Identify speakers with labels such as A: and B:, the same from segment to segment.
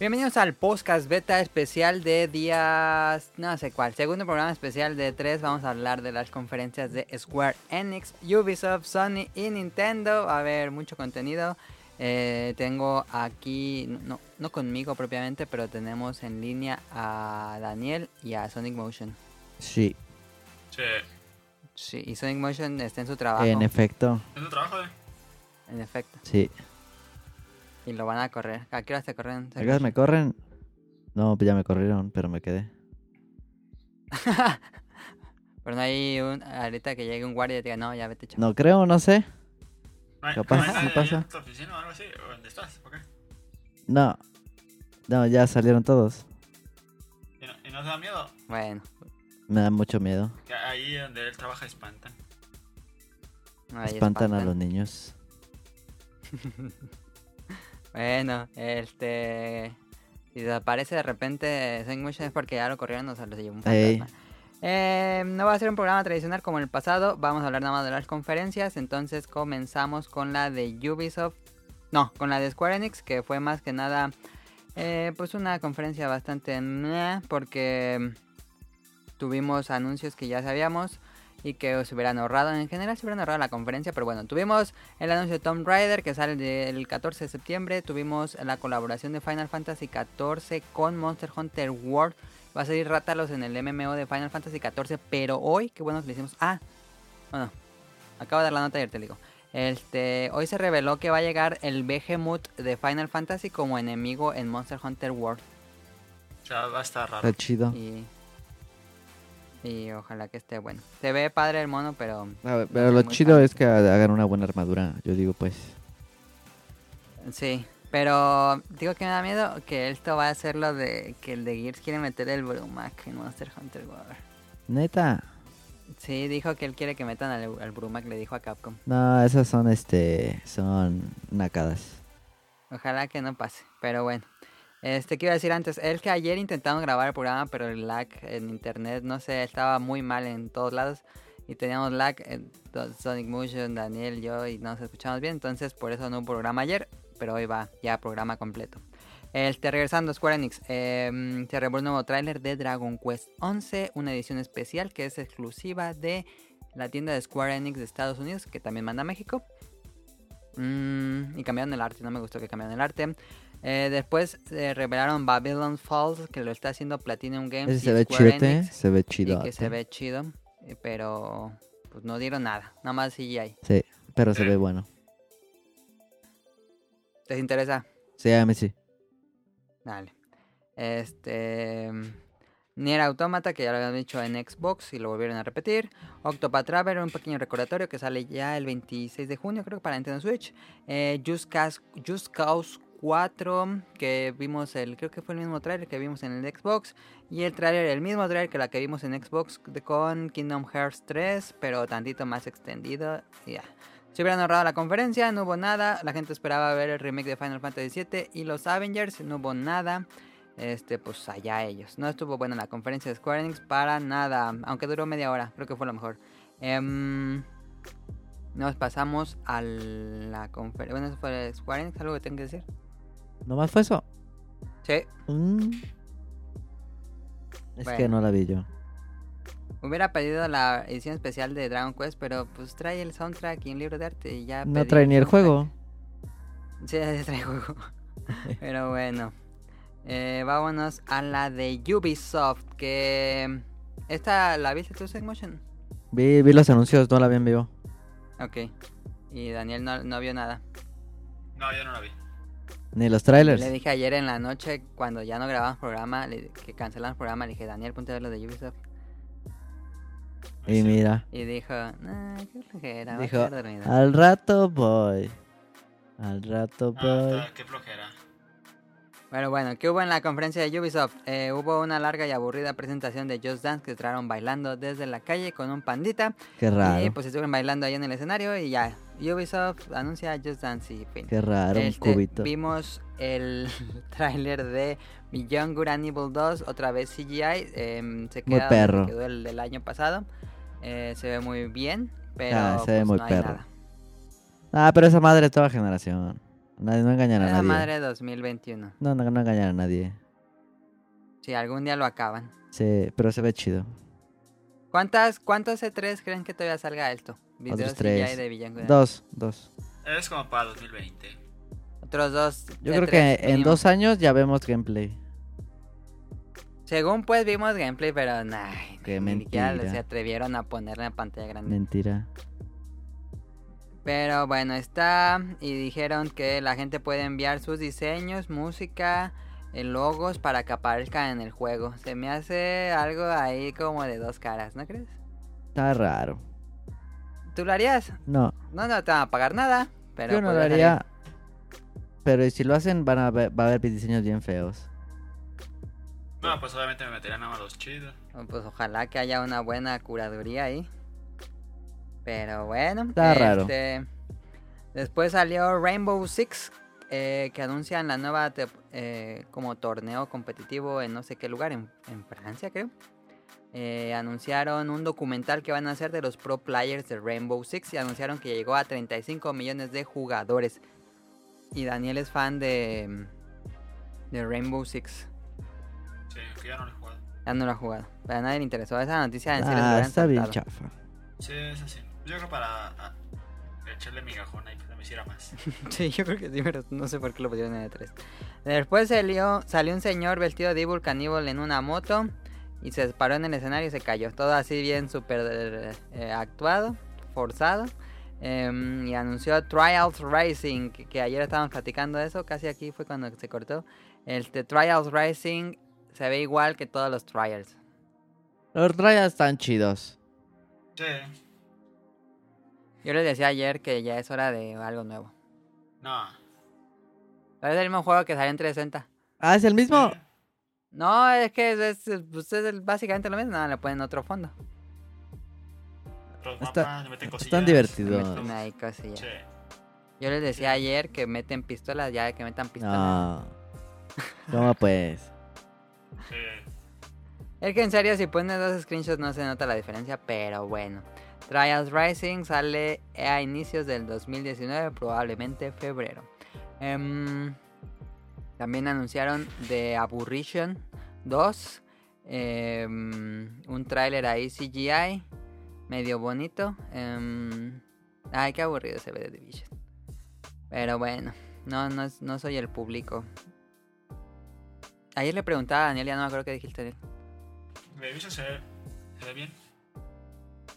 A: Bienvenidos al podcast beta especial de días, no sé cuál, segundo programa especial de 3, vamos a hablar de las conferencias de Square Enix, Ubisoft, Sony y Nintendo, va a haber mucho contenido, Eh, tengo aquí, no, no conmigo propiamente, pero tenemos en línea a Daniel y a Sonic Motion.
B: Sí,
C: Che,
A: Sí, y Sonic Motion está en su trabajo,
B: en efecto,
C: ¿es tu trabajo, eh?
A: en efecto,
B: sí.
A: y lo van a correr, ¿a qué hora te corren? Sonic
B: ¿Acá me corren? No, pues ya me corrieron, pero me quedé.
A: Pero no hay un, ahorita que llegue un guardia y te diga, no, ya vete, chaval.
B: No creo, no sé.
C: ¿No hay,
B: Capaz,
C: no hay nadie
B: sí
C: ahí
B: pasa.
C: en tu oficina o algo así? ¿O dónde estás? ¿O qué?
B: No. No, ya salieron todos.
C: ¿Y no, y no te da miedo?
A: Bueno,
B: Me da mucho miedo.
C: Que ahí donde él trabaja espantan.
A: ahí
B: Espantan a los niños.
A: Bueno, este. Si desaparece de repente Sonic Motion es porque ya lo corrieron, o sea, lo llevó un
B: Ey.
A: fantasma. Eh, no va a ser un programa tradicional como el pasado, vamos a hablar nada más de las conferencias, entonces comenzamos con la de Ubisoft, no, con la de Square Enix, que fue más que nada, eh, pues una conferencia bastante meh, porque tuvimos anuncios que ya sabíamos y que se hubieran ahorrado, en general se hubieran ahorrado la conferencia, pero bueno, tuvimos el anuncio de Tomb Raider que sale de- el 14 de septiembre. Tuvimos la colaboración de Final Fantasy XIV con Monster Hunter World. Va a salir Rátalos en el MMO de Final Fantasy XIV, pero hoy, qué bueno que le hicimos. Ah, bueno, acabo de dar la nota ayer, te digo. Este, hoy se reveló que va a llegar el Behemoth de Final Fantasy como enemigo en Monster Hunter World.
C: O sea, va a estar raro.
B: Está chido.
A: Y, y ojalá que esté bueno. Se ve padre el mono, pero
B: A ver,
A: no
B: pero
A: sé,
B: lo
A: muy
B: chido
A: padre.
B: es que hagan una buena armadura. Yo digo, pues.
A: Sí, pero digo que me da miedo que esto va a ser lo de que el de Gears quiere meter el Brumac en Monster Hunter World.
B: Neta.
A: Sí, dijo que él quiere que metan al, al Brumac, le dijo a Capcom.
B: No, esas son este. Son nacadas.
A: Ojalá que no pase, pero bueno. Este, que iba a decir antes? Es que ayer intentaron grabar el programa, pero el lag en internet, no sé, estaba muy mal en todos lados. Y teníamos lag, en to- Sonic Motion, Daniel, yo, y no nos escuchamos bien. Entonces, por eso no hubo programa ayer, pero hoy va ya programa completo. Este, regresando a Square Enix, em, se reveló un nuevo tráiler de Dragon Quest 11, una edición especial que es exclusiva de la tienda de Square Enix de Estados Unidos, que también manda a México. Mm, y cambiaron el arte, no me gustó que cambiaron el arte. Eh, después eh, revelaron Babylon Falls, que lo está haciendo Platinum Games.
B: Ese
A: y
B: se ve ¿eh?
A: Square
B: chidote.
A: Enix
B: Se ve chido.
A: y que se ve chido, eh, pero pues no dieron nada, nada más CGI.
B: Sí, pero se ve bueno.
A: ¿Les interesa?
B: Sí, a mí sí.
A: Dale. Este Nier Automata, que ya lo habían dicho en Xbox y lo volvieron a repetir. Octopath Traveler, un pequeño recordatorio que sale ya el 26 de junio, creo que para Nintendo Switch. Eh, Just, Cause, Just Cause 4, que vimos el, creo que fue el mismo trailer que vimos en el Xbox. Y el trailer, el mismo trailer que la que vimos en Xbox de- con Kingdom Hearts 3, pero tantito más extendido. y Ya. Se hubieran ahorrado la conferencia, no hubo nada. La gente esperaba ver el remake de Final Fantasy VII y los Avengers, no hubo nada. Este, pues allá ellos. No estuvo buena la conferencia de Square Enix para nada, aunque duró media hora, creo que fue lo mejor. Em, nos pasamos a la conferencia. Bueno, eso fue Square Enix, algo que tengo que decir.
B: ¿Nomás fue eso?
A: Sí,
B: Mm. Es que
A: Bueno.
B: no la vi yo.
A: hubiera pedido la edición especial de Dragon Quest, pero pues trae el soundtrack y un libro de arte y ya.
B: No
A: pedí
B: trae ni el
A: soundtrack.
B: juego.
A: Sí, ya trae juego. Pero bueno. Eh, vámonos a la de Ubisoft. Que. ¿Esta la viste tú, Segmotion?
B: Vi, vi los anuncios, no la vi en vivo.
A: Ok. Y Daniel no, no vio nada.
C: No, yo no la vi.
B: Ni los trailers.
A: Le dije ayer en la noche, cuando ya no grabamos programa, le- que cancelamos programa, le dije, Daniel, ponte a ver lo de Ubisoft.
B: Y mira.
A: Y dijo, nah, qué flojera, va a
B: Dijo, "Ah".
A: quedar dormido".
B: Al rato voy. Al rato
C: Ah,
B: voy.
C: está- qué flojera.
A: Bueno, bueno, ¿qué hubo en la conferencia de Ubisoft? Eh, hubo una larga y aburrida presentación de Just Dance que entraron bailando desde la calle con un pandita.
B: Qué
A: Y
B: raro.
A: pues estuvieron bailando ahí en el escenario y ya. Ubisoft anuncia Just Dance y fin.
B: Qué raro, un
A: Este,
B: cubito.
A: Vimos el tráiler de Beyond Good and Evil 2, otra vez CGI. em, se
B: Muy
A: queda donde
B: perro.
A: quedó el del año pasado. Eh, se ve muy bien, pero
B: Ah, se ve
A: pues,
B: muy
A: no hay
B: perro.
A: nada.
B: Ah, pero esa madre es toda generación. Nadie, no engañan a
A: Esa
B: nadie.
A: madre 2021.
B: No, no, no engañan a nadie.
A: Si algún día lo acaban.
B: Sí, pero se ve chido.
A: ¿Cuántas, ¿Cuántos E3 creen que todavía salga esto? Videos
B: Otros
A: CGI
B: tres.
A: de Villano.
B: Dos, dos.
C: Es como para 2020.
A: Otros dos.
B: Yo
A: de
B: creo que
A: tres,
B: en
A: mínimo.
B: dos años ya vemos gameplay.
A: Según pues vimos gameplay, pero nah,
B: Qué
A: ni siquiera
B: mentira.
A: se atrevieron a ponerle en pantalla grande.
B: Mentira.
A: Pero bueno, está. Y dijeron que la gente puede enviar sus diseños, música, eh, logos para que aparezcan en el juego. Se me hace algo ahí como de dos caras, ¿no crees?
B: Está raro.
A: ¿Tú lo harías?
B: No,
A: No, no te van a pagar nada. Pero pues,
B: yo no lo
A: podría salir.
B: haría. Pero si lo hacen, van a ver- va a haber diseños bien feos.
C: No, pues obviamente me metería nada más los chidos.
A: Oh, Pues ojalá que haya una buena curaduría ahí. Pero bueno.
B: Está raro.
A: este, Después salió Rainbow Six, eh, que anuncian la nueva te- eh, como torneo competitivo en no sé qué lugar, en, en Francia creo. Eh, anunciaron un documental que van a hacer de los pro players de Rainbow Six y anunciaron que llegó a 35 millones de jugadores. Y Daniel es fan de, de Rainbow Six.
C: Sí, que ya no lo he jugado.
A: Ya no lo ha jugado. Pero a nadie le interesó esa noticia. En sí les
B: Ah,
A: hubieran
B: está bien
A: saltado.
B: chafa.
C: Sí, es así. Yo creo para ah, echarle mi gajona y que no me hiciera más.
A: Sí, yo creo que sí, pero no sé por qué lo pusieron en E3. Después salió, salió un señor vestido de Evil Caníbal en una moto y se paró en el escenario y se cayó. Todo así bien súper eh, actuado, forzado. Em, y anunció Trials Rising, que, que ayer estábamos platicando de eso, casi aquí fue cuando se cortó. Este Trials Rising se ve igual que todos los Trials.
B: Los rayas están chidos.
C: Sí,
A: Yo les decía ayer que ya es hora de algo nuevo.
C: no.
A: Pero es el mismo juego que salió en 360.
B: Ah, ¿es el mismo?
C: Sí.
A: No, es que es, es- pues es el- básicamente lo mismo, nada, le ponen otro fondo.
C: Los
B: Está-
C: mapas, le meten
B: están
C: cosillas.
A: Le
B: divertidos.
A: meten ahí cosillas.
C: Sí.
A: Yo les decía ayer que meten pistolas, ya que metan pistolas.
B: No. ¿Cómo pues?
C: Sí.
A: Es que en serio, si pones dos screenshots no se nota la diferencia, pero bueno. Trials Rising sale a inicios del 2019, probablemente febrero. Em, también anunciaron The Aburrition 2. em, un tráiler ahí CGI, medio bonito. em, ay, qué aburrido se ve The Division. Pero bueno, no, no, es- no soy el público. Ayer le preguntaba a Daniel, ya no me acuerdo qué dijiste. Daniel.
C: Me dice se ve, se ve bien.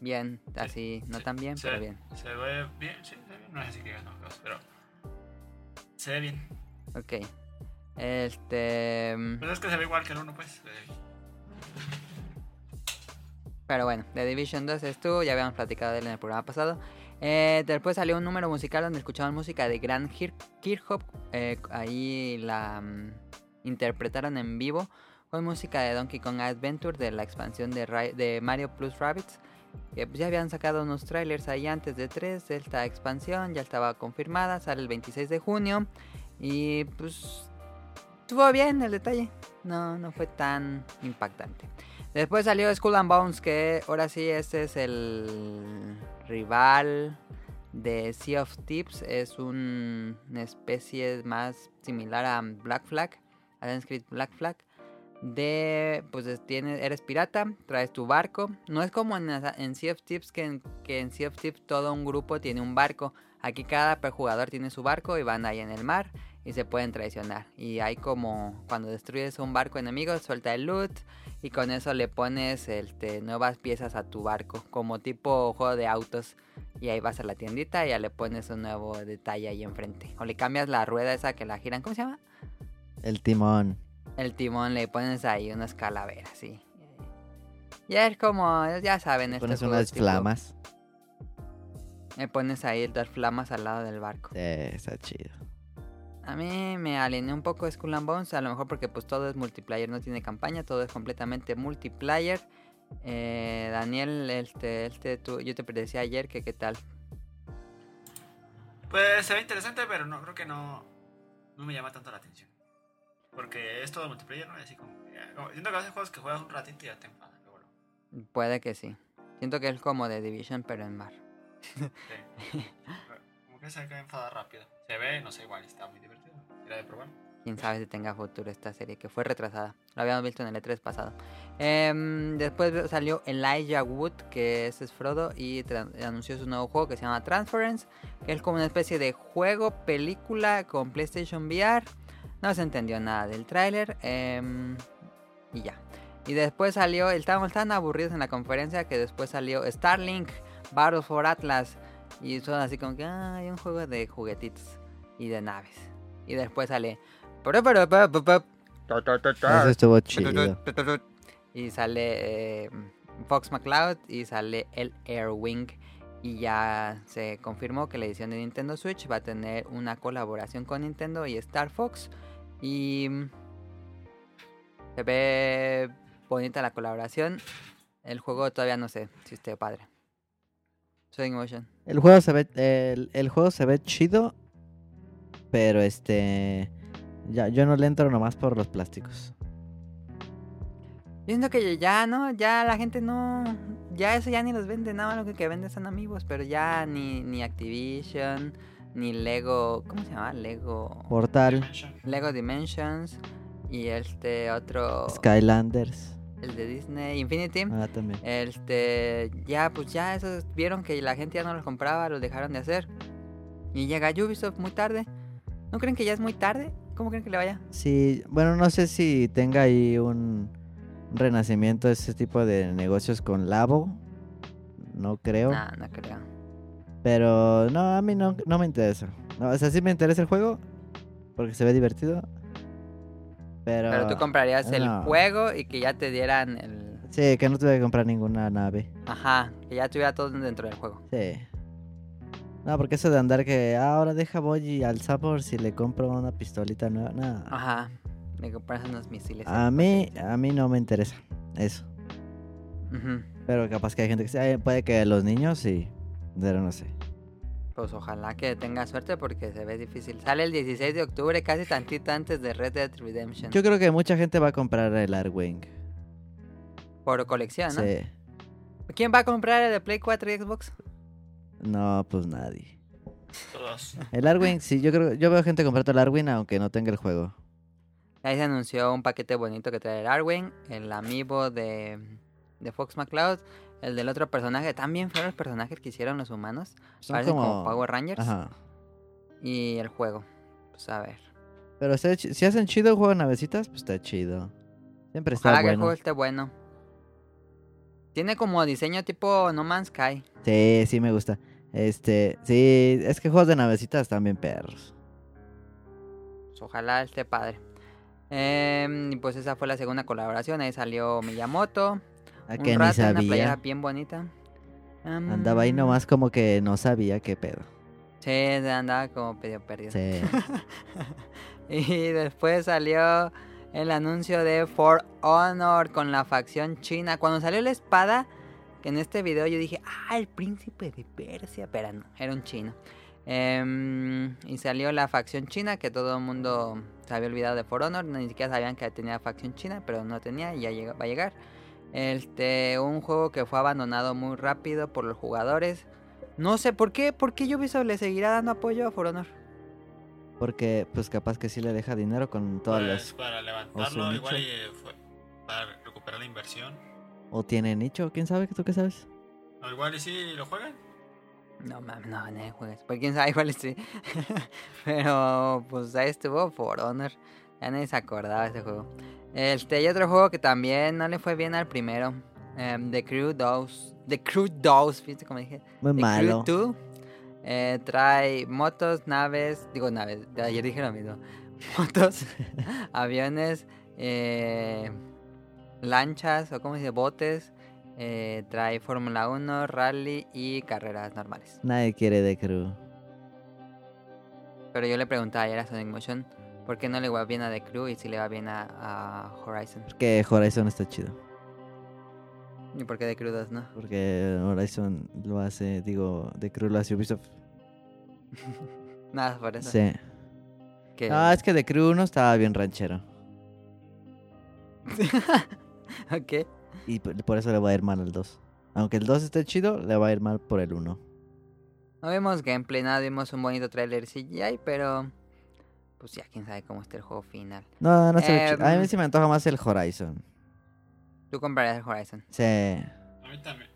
A: Bien, así, no
C: sí,
A: tan bien,
C: se,
A: pero bien.
C: Se ve bien, sí, se ve bien. No es así que ganó dos, pero. Se ve bien.
A: Ok. Este. mm,
C: Pues es que se ve igual que el uno, pues. eh,
A: Pero bueno, The Division 2 es tú, ya habíamos platicado de él en el programa pasado. Eh, después salió un número musical donde escuchaban música de Grand Kirchhoff. eh, ahí la mm, interpretaron en vivo con música de Donkey Kong Adventure de la expansión de, Ra- de Mario Plus Rabbits. Que pues, ya habían sacado unos trailers ahí antes de 3 de esta expansión, ya estaba confirmada, sale el 26 de junio. Y pues estuvo bien el detalle, no, no fue tan impactante. Después salió Skull and Bones, que ahora sí este es el rival de Sea of Tips. Es un- una especie más similar a Black Flag, Assassin's Creed Black Flag. De, pues es- tiene, eres pirata, traes tu barco. No es como en, Asa- en Sea of Tips, que en, que en Sea of Tips todo un grupo tiene un barco. Aquí cada jugador tiene su barco y van ahí en el mar y se pueden traicionar. Y hay como cuando destruyes un barco enemigo, suelta el loot y con eso le pones este, nuevas piezas a tu barco, como tipo juego de autos. Y ahí vas a la tiendita y ya le pones un nuevo detalle ahí enfrente. O le cambias la rueda esa que la giran, ¿cómo se llama?
B: El timón.
A: El timón, le pones ahí unas calaveras, sí. Ya es como, ya saben,
B: Le
A: estos
B: Pones
A: juegos
B: unas
A: tipo-
B: flamas.
A: Le pones ahí las flamas al lado del barco.
B: Sí, está chido.
A: A mí me alineó un poco Skull and Bones, a lo mejor porque pues todo es multiplayer, no tiene campaña, todo es completamente multiplayer. Eh, Daniel, este, este, tú- yo te decía ayer que qué tal.
C: Pues se ve interesante, pero no creo que no. No me llama tanto la atención. Porque es todo multiplayer, ¿no? Así como. ya, como- Siento que a veces juegos que juegas un ratito y ya te enfadas. luego, luego.
A: Puede que sí. Siento que es como de Division, pero en mar.
C: Sí. Como que se cae enfada rápido. Se ve, no sé, igual está muy divertido. Era de probar.
A: Quién sabe si tenga futuro esta serie que fue retrasada. Lo habíamos visto en el E3 pasado. Em, después salió Elijah Wood, que es Frodo, y tra- anunció su nuevo juego que se llama Transference, que es como una especie de juego, película con PlayStation VR. No se entendió nada del tráiler. em, y ya. Y después salió, estábamos tan aburridos en la conferencia que después salió Starlink, Battle for Atlas. Y son así como que, ah, hay un juego de juguetitos y de naves. Y después sale...
B: Eso estuvo chido.
A: Y sale eh, Fox McCloud y sale el Airwing. Y ya se confirmó que la edición de Nintendo Switch va a tener una colaboración con Nintendo y Star Fox. Y mm, se ve bonita la colaboración. El juego todavía no sé si esté padre. Swing Motion.
B: El juego se ve, el, el juego se ve chido, pero este, ya, yo no le entro nomás por los plásticos.
A: Yo siento que ya no, ya la gente no. Ya eso ya ni los vende, nada más lo que, que venden son amigos, pero ya ni, ni Activision, ni Lego. ¿Cómo se llama? Lego.
B: Oh. Portal,
C: Dimension.
A: Lego Dimensions y este otro.
B: Skylanders,
A: El de Disney, Infinity.
B: ah también.
A: Este, ya, pues ya, esos vieron que la gente ya no los compraba, los dejaron de hacer. Y llega Ubisoft muy tarde. ¿No creen que ya es muy tarde? ¿Cómo creen que le vaya?
B: Sí, bueno, no sé si tenga ahí un renacimiento de ese tipo de negocios con Labo. No creo.
A: No, no creo.
B: Pero no, a mí no, no me interesa. No, o sea, sí me interesa el juego porque se ve divertido. Pero,
A: Pero tú comprarías el
B: no.
A: juego y que ya te dieran el...
B: Sí, que no tuve que comprar ninguna nave.
A: Ajá, que ya tuviera todo dentro del juego.
B: Sí. No, porque eso de andar que "Ah, ahora deja voy al sabor si le compro una pistolita nueva. No.
A: Ajá, me compras unos misiles.
B: a mí, a mí no me interesa eso.
A: Ujú,
B: Pero capaz que hay gente que dice, "Ay, puede que los niños sí. Pero no sé.
A: Pues ojalá que tenga suerte porque se ve difícil. Sale el 16 de octubre, casi tantito antes de Red Dead Redemption.
B: Yo creo que mucha gente va a comprar el Arwing.
A: Por colección, ¿no?
B: Sí.
A: ¿Quién va a comprar el de Play 4 y Xbox?
B: No, pues nadie.
C: Todos.
B: El Arwing, sí, yo creo, yo veo gente comprando el Arwing aunque no tenga el juego.
A: Ahí se anunció un paquete bonito que trae el Arwen, el amiibo de, de Fox McCloud, el del otro personaje. También fueron los personajes que hicieron los humanos.
B: Son
A: Parecen como... Power Rangers.
B: Ajá.
A: Y el juego. Pues a ver.
B: Pero está chi- si hacen chido el juego de navecitas, pues está chido. Siempre está
A: Ojalá que el
B: bueno.
A: juego esté bueno. Tiene como diseño tipo No Man's Sky.
B: Sí, sí me gusta. Este, sí, es que juegos de navecitas están bien perros.
A: Pues ojalá esté padre. Em, y pues esa fue la segunda colaboración. Ahí salió Miyamoto.
B: A
A: un
B: Ah, que ni
A: rato en una playera Mm.
B: sabía.
A: bien bonita. Am,
B: Andaba ahí nomás como que no sabía qué pedo.
A: Sí, andaba como pedio perdido.
B: Sí.
A: Y después salió el anuncio de For Honor con la facción china. Cuando salió la espada, que en este video yo dije, ah, el príncipe de Persia, pero no, era un chino. Em, y salió la facción china, que todo el mundo se había olvidado de For Honor, ni siquiera sabían que tenía facción china, pero no tenía y ya llega- va a llegar. Este, un juego que fue abandonado muy rápido por los jugadores. No sé por qué, por qué Ubisoft le seguirá dando apoyo a For Honor.
B: Porque, pues capaz que sí le deja dinero con todas
C: Pues,
B: las.
C: para
B: Oso
C: levantarlo,
B: Nicho.
C: igual y eh, fue para recuperar la inversión.
B: O tiene nicho, quién sabe, tú qué sabes.
C: O igual y sí lo juegan.
A: No mames, no, no juegues. Pues quién sabe cuál es. sí. Pero pues ahí estuvo For Honor. Ya nadie se acordaba de ese juego. Este, y otro juego que también no le fue bien al primero. em, The Crew 2. The Crew 2, ¿viste como dije?
B: Muy
A: The
B: malo.
A: Crew 2. eh, trae motos, naves. Digo naves, de ayer dije lo mismo. Motos, aviones, eh, lanchas o como se dice, botes. eh, trae Fórmula 1, rally y carreras normales.
B: Nadie quiere de crew.
A: Pero yo le preguntaba ayer a Sonic Motion por qué no le va bien a The Crew y si le va bien a, a Horizon.
B: Porque Horizon está chido.
A: ¿Y por qué The Crew 2 no?
B: Porque Horizon lo hace, digo, de crew lo hace Ubisoft.
A: Nada, por eso.
B: Sí. Ah,
A: Que...
B: No, es que de Crew 1 estaba bien ranchero.
A: ok.
B: Y por por eso le va a ir mal al 2. Aunque el 2 esté chido, le va a ir mal por el 1.
A: No vimos gameplay, nada, vimos un bonito trailer CGI, pero. Pues ya, quién sabe cómo esté el juego final.
B: No, no se ve chido. A mí
A: Em,
B: sí me antoja más el Horizon.
A: Tú comprarías el Horizon.
B: Sí.
C: A mí también.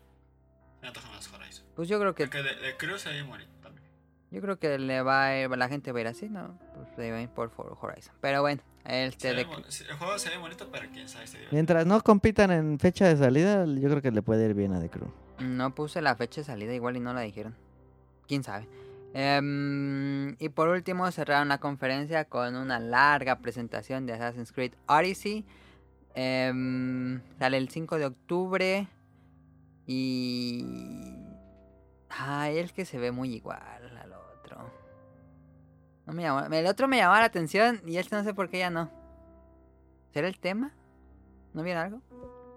C: Me antoja más Horizon.
A: Pues yo creo que
C: Porque de, de Crew se ve bonito también.
A: yo creo que le va a ir, la gente va a ir así, ¿no? Pues se va a ir por For- Horizon. Pero bueno, este
C: Se
A: de-
C: ve bon- se- el juego se ve bonito, pero quién sabe si divierte.
B: Mientras no compitan en fecha de salida, yo creo que le puede ir bien a The Crew.
A: no puse la fecha de salida igual y no la dijeron. Quién sabe. Em, y por último cerraron la conferencia con una larga presentación de Assassin's Creed Odyssey. Em, sale el 5 de octubre. Y. Ay, el que se ve muy igual al otro. No me llamó- El otro me llamaba la atención y este no sé por qué ya no. ¿Será el tema? ¿No vieron algo?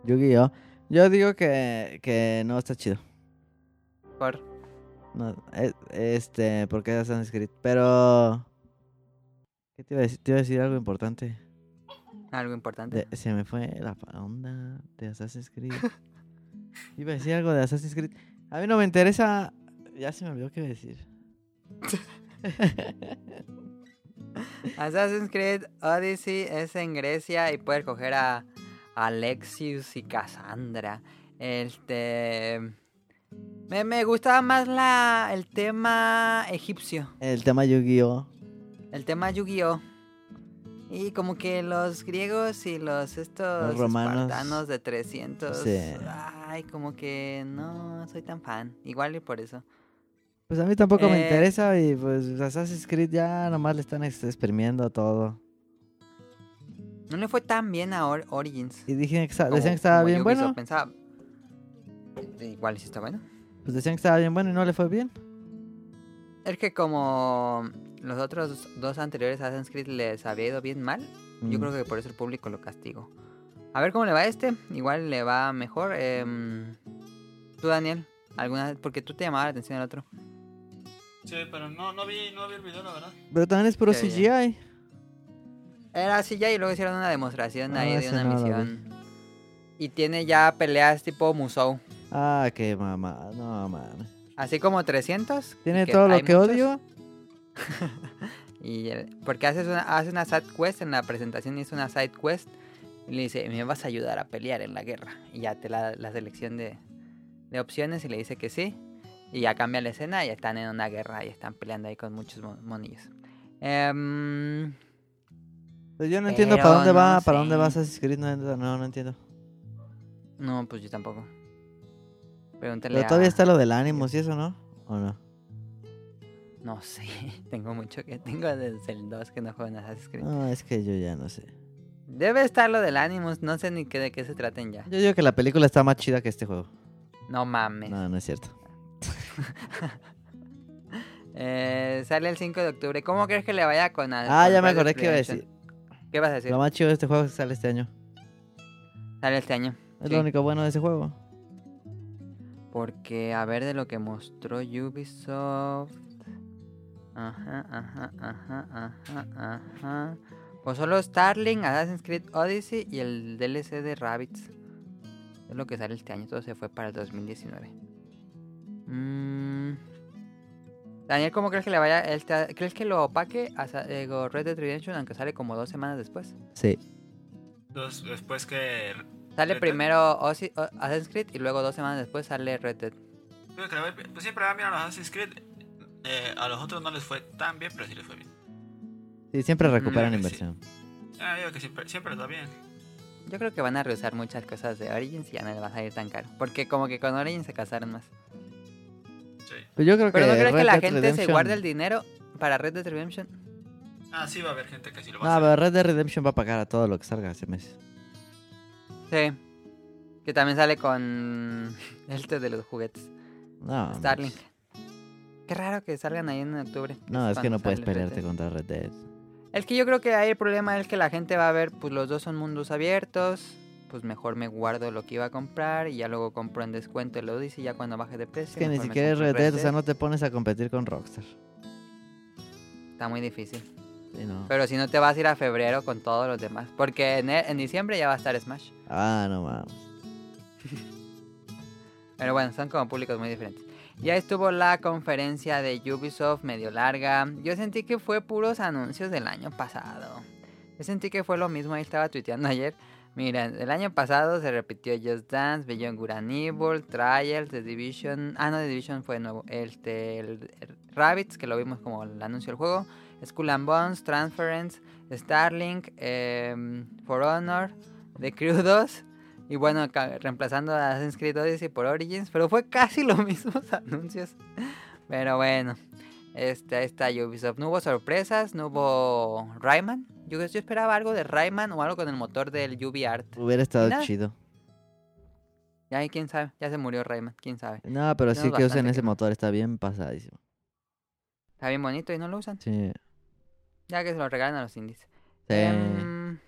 B: Yu-Gi-Oh! Yo digo que, que no está chido.
A: Por.
B: No, e- este, porque es Assassin's Creed. Pero. ¿Qué te iba a decir? Te iba a decir algo importante.
A: Algo importante.
B: De- se me fue la pa- onda de Assassin's Creed. iba a decir algo de Assassin's Creed. A mí no me interesa. Ya se me olvidó qué iba a decir.
A: Assassin's Creed Odyssey es en Grecia y puedes coger a Alexius y Cassandra. Este. Me, me gustaba más la, el tema egipcio,
B: El tema Yu-Gi-Oh!
A: el tema Yu-Gi-Oh! Y como que los griegos y los estos
B: Los romanos.
A: espartanos de 300.
B: Sí.
A: Ay, como que no soy tan fan. Igual y por eso.
B: Pues a mí tampoco me
A: Eh.
B: interesa y pues Assassin's Creed ya nomás le están ex- exprimiendo todo.
A: No le fue tan bien a Or- Origins.
B: Y dije que esta-
A: como-
B: decían que estaba
A: como
B: bien
A: Ubisoft
B: bueno.
A: pensaba. Igual y sí está bueno.
B: Pues decían que estaba bien bueno y no le fue bien.
A: Es que como los otros dos anteriores a Assassin's Creed les había ido bien mal, yo
B: Mm.
A: creo que por eso el público lo castigó. A ver cómo le va a este, igual le va mejor. em, tú, Daniel, alguna porque tú te llamaba la atención el otro.
C: Sí, pero no, no, vi, no vi el video, la verdad.
B: Pero también es puro
A: Ya, ya.
B: CGI.
A: Era así ya y luego hicieron una demostración
B: Ah,
A: ahí de
B: ese
A: una
B: no lo vi.
A: misión. Y tiene ya peleas tipo Musou,
B: Ah, qué mamá. No, man.
A: así como 300. y
B: Tiene
A: que
B: todo lo
A: hay
B: que
A: muchos.
B: odio.
A: Y eh, porque haces una, hace una side quest en la presentación, hizo una side quest y le dice, me vas a ayudar a pelear en la guerra. Y ya te la, la selección de, de opciones y le dice que sí. Y ya cambia la escena y ya están en una guerra y están peleando ahí con muchos mo- monillos. Em,
B: Pues yo no entiendo
A: Pero
B: para dónde va,
A: Eh, oh, no
B: para dónde va
A: sé.
B: Assassin's Creed. No, entiendo, no, no entiendo.
A: no, pues yo tampoco. Pregúntale
B: Pero todavía
A: a-
B: está lo del ánimo, ¿sí eso no? ¿O no?
A: No sé, tengo mucho que... Tengo desde el 2 que no juego en Assassin's Creed.
B: No, es que yo ya no sé.
A: Debe estar lo del Animus, no sé ni qué, de qué se traten ya.
B: Yo digo que la película está más chida que este juego.
A: No mames.
B: No, no es cierto.
A: Eh, sale el 5 de octubre. ¿Cómo crees que le vaya con a-
B: Ah,
A: con
B: ya me
A: Red Dead
B: acordé que iba a
A: Redemption?
B: decir.
A: ¿Qué vas a decir?
B: Lo más chido de este juego es que sale este año.
A: Sale este año.
B: Es
A: Sí.
B: lo único bueno de ese juego.
A: Porque, a ver, de lo que mostró Ubisoft. Ajá, ajá, ajá, ajá, ajá. Pues solo Starling, Assassin's Creed Odyssey y el DLC de Rabbids. Es lo que sale este año. Todo se fue para el 2019. Mm. Daniel, ¿cómo crees que le vaya? el te- ¿Crees que lo opaque a Sa- digo, Red Dead Redemption, aunque sale como dos semanas después?
B: Sí.
C: Entonces, después que.
A: Sale
C: Red Dead.
A: primero Osi- o- Assassin's Creed y luego dos semanas después sale Red Dead.
C: Tuve que ver- Pues sí, pero mira, los Assassin's Creed. eh, a los otros no les fue tan bien, pero sí les fue bien.
B: Sí,
A: Mm,
B: siempre recuperan
C: sí.
B: inversión.
C: Ah, digo que siempre, siempre les va bien.
A: Yo creo que van a reusar muchas cosas de Origins y ya no les va a salir tan caro. Porque como que con Origins se casaron más.
C: Sí.
B: Pero Pues yo creo
A: Pero
B: que.
A: ¿no crees que
B: Red
A: la
B: Dead
A: gente se
B: Redemption-
A: guarda el dinero para Red Dead Redemption?
C: Ah, sí, va a haber gente que sí lo va a
B: No,
C: hacer.
B: pero Red Dead Redemption Ah, va a pagar a todo lo que salga ese mes.
A: Sí. Que también sale con este de los juguetes.
B: No.
A: Starlink.
B: manches.
A: Qué raro que salgan ahí en octubre.
B: No, es que
A: cuando
B: no puedes
A: sale Red
B: pelearte
A: Dead.
B: contra Red Dead.
A: Es que yo creo que ahí el problema es que la gente va a ver, pues los dos son mundos abiertos. Pues mejor me guardo lo que iba a comprar y ya luego compro en descuento el Odyssey ya cuando baje de precio.
B: Es que ni
A: mejor me
B: siquiera es
A: compro
B: Red Dead, o sea, no te pones a competir con Rockstar.
A: Está muy difícil.
B: Sí, no.
A: Pero si no te vas a ir a febrero con todos los demás. Porque en, e, en diciembre ya va a estar Smash.
B: Ah, no mames.
A: Pero bueno, son como públicos muy diferentes. Ya estuvo la conferencia de Ubisoft medio larga. Yo sentí que fue puros anuncios del año pasado. Yo sentí que fue lo mismo, ahí estaba tuiteando ayer. Miren, el año pasado se repitió Just Dance, Beyond Good and Evil, Trials, The Division. Ah, no, The Division fue nuevo. Este, el, el Rabbits, que lo vimos como el anuncio del juego. Skull and Bones, Transference, Starlink, em, For Honor, The Crew 2. Y bueno, ca- reemplazando a Assassin's Creed Odyssey por Origins. Pero fue casi los mismos anuncios. Pero bueno, este, ahí está Ubisoft. No hubo sorpresas, no hubo Rayman. Yo, yo esperaba algo de Rayman o algo con el motor del UbiArt.
B: Hubiera estado
A: nada.
B: chido.
A: Ya, y quién sabe, ya se murió Rayman, quién sabe.
B: No, pero sí
A: Tenemos
B: que usen
A: bastante
B: ese
A: que no.
B: motor, está bien pasadísimo.
A: Está bien bonito y no lo usan.
B: Sí.
A: Ya que se lo regalan a los indies.
B: Sí.
A: Em,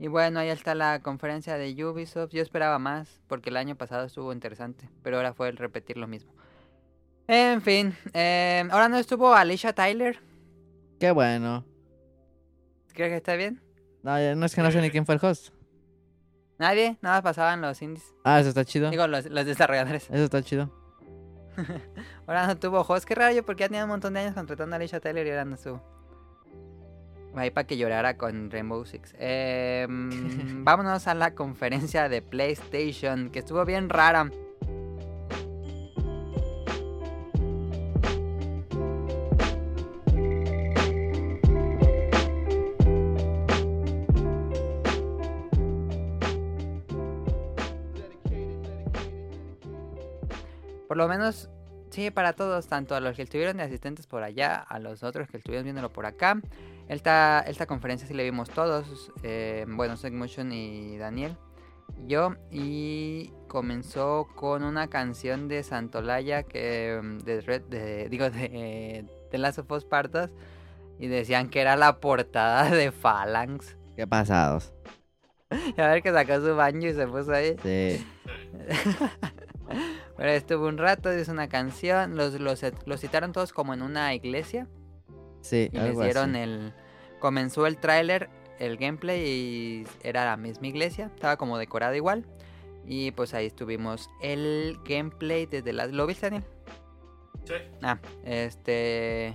A: y bueno, ahí está la conferencia de Ubisoft. Yo esperaba más, porque el año pasado estuvo interesante, pero ahora fue el repetir lo mismo. En fin, em, ahora no estuvo Alicia Tyler.
B: Qué bueno.
A: ¿Crees que está bien?
B: No, ya- no es que no sé ni quién fue el host.
A: Nadie, nada más pasaban los indies.
B: Ah, eso está chido.
A: Digo, los, los desarrolladores.
B: Eso está chido.
A: Ahora no tuvo host, qué raro, porque ya tenía un montón de años contratando a Alicia Taylor y ahora no estuvo. Ahí para que llorara con Rainbow Six. Em, vámonos a la conferencia de PlayStation, que estuvo bien rara. Por lo menos, sí, para todos, tanto a los que estuvieron de asistentes por allá, a los otros que estuvieron viéndolo por acá. Esta, esta conferencia sí la vimos todos, eh, bueno, Segmotion y Daniel, y yo, y comenzó con una canción de Santolaya que mm, de Red, de- digo, de, de Last of Us Part 2, y decían que era la portada de Phalanx.
B: Qué pasados.
A: Y a ver que sacó su baño y se puso ahí.
B: Sí.
A: Pero estuvo un rato, hizo una canción, los, los, los citaron todos como en una iglesia
B: Sí,
A: y les
B: algo
A: dieron
B: así.
A: el... Comenzó el tráiler, el gameplay y era la misma iglesia, estaba como decorada igual. Y pues ahí estuvimos el gameplay desde las... ¿Lo viste, Daniel?
C: Sí.
A: Ah, este...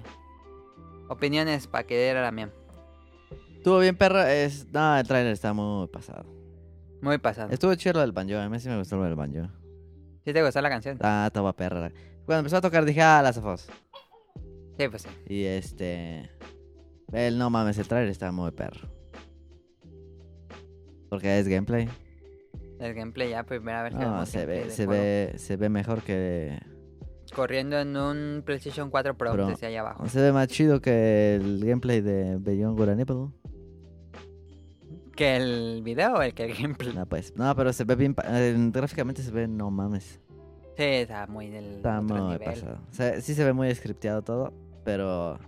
A: Opiniones para que era la mía.
B: Estuvo bien, perro. Es... No, el trailer está muy pasado.
A: Muy pasado.
B: Estuvo chido lo del banjo. A mí sí me gustó lo del banjo.
A: ¿Sí te gustó la canción?
B: Ah, estaba perra. Cuando empezó a tocar dije, ah, las afos.
A: Sí, pues sí.
B: Y este. El no mames, el trailer está muy perro. Porque es gameplay.
A: El gameplay ya, pues, primera vez que
B: No,
A: vemos
B: se
A: gameplay
B: ve,
A: del
B: se
A: juego.
B: ve, se ve mejor que.
A: Corriendo en un PlayStation 4 Pro,
B: Pro.
A: desde allá abajo.
B: Se ve más chido que el gameplay de Beyond Good and Evil.
A: ¿Que el video o el que el gameplay?
B: No, pues. No, pero se ve bien. pa- eh, gráficamente se ve, no mames.
A: Sí, está muy del
B: Está
A: otro
B: muy
A: nivel.
B: pasado. O sea, sí se ve muy scripteado todo, pero.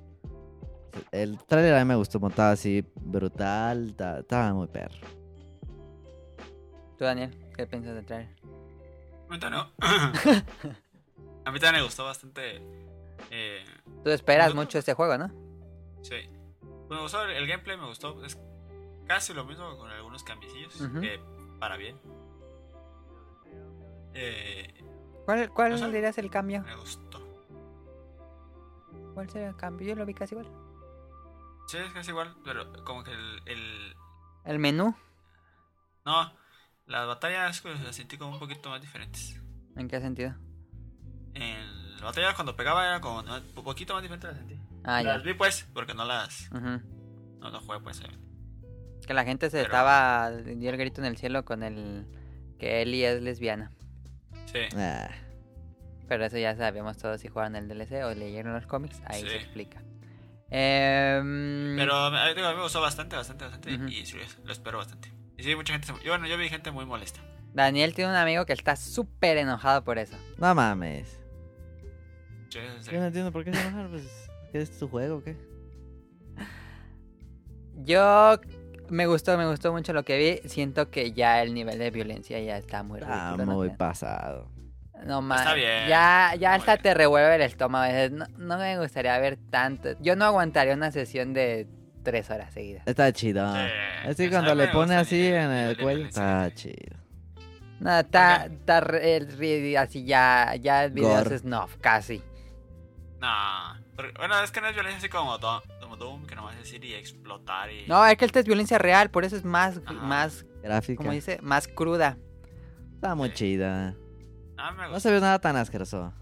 B: El trailer a mí me gustó montado así, brutal. ta- Estaba muy perro.
A: Tú, Daniel, ¿qué piensas de traer?
C: Ahorita no. A mí también me gustó bastante. Eh,
A: Tú esperas
C: Yo-
A: mucho este juego, ¿no?
C: sí. Me gustó el, el gameplay, me gustó. Es casi lo mismo con algunos cambiecillos.
A: Ujú.
C: eh, para bien. Eh,
A: ¿Cuál, cuál
C: Ajá.
A: dirías el cambio?
C: me gustó.
A: ¿Cuál sería el cambio? Yo lo vi casi igual.
C: Sí, es casi igual, pero como que el. el-
A: El menú,
C: no, las batallas pues, las sentí como un poquito más diferentes.
A: ¿en qué sentido?
C: En la batalla cuando pegaba era como más- un poquito más diferente las sentí.
A: Ah, ya.
C: las vi pues, porque no las.
A: Ujú.
C: No las jugué pues. eh.
A: Que la gente se
C: Pero-
A: estaba. dio el grito en el cielo con el. que Ellie es lesbiana.
C: Sí.
B: Ah.
A: Pero eso ya sabíamos todos si jugaron el DLC o leyeron los cómics. Ahí se
C: Sí.
A: explica. Em,
C: Pero me- digo, a mí me gustó bastante, bastante, bastante.
A: Ujú.
C: Y sí, lo espero bastante. Y sí, mucha gente. se- Yo, bueno, yo vi gente muy molesta.
A: Daniel tiene un amigo que está súper enojado por eso.
B: No mames.
C: Sí, en
B: Yo no
C: serio.
B: entiendo por qué se enojan, pues. ¿Qué es tu juego o qué?
A: Yo me gustó, me gustó mucho lo que vi. Siento que ya el nivel de violencia ya está muy
B: Ah,
A: ridículo, ¿no
B: muy
A: creen?
B: pasado.
A: No más.
C: Está bien.
A: Ya, ya
C: Muy
A: hasta
C: bien.
A: te revuelve el estómago. dices, No, no me gustaría ver tanto. Yo no aguantaría una sesión de tres horas seguidas.
B: Está chido.
C: Sí,
B: así
C: esa
B: cuando
C: me
B: le pone
C: gusta,
B: así
C: nivel-
B: en
C: nivel
B: el
C: de
B: cuello.
C: violencia,
B: Está
C: sí.
B: chido.
A: Nada, está, está re- el ri- así ya, ya el video
B: Gore.
A: es snuff, casi.
C: Nah. Pero, bueno, es que no es violencia así como Doom, como Doom, que nomás es ir y explotar y.
A: No, es que esta es violencia real, por eso es más,
C: Ajá.
A: más,
B: Gráfica.
A: como dice, más cruda.
B: Está muy chida.
C: Ah, me
B: No
C: gusta.
B: se ve nada tan asqueroso.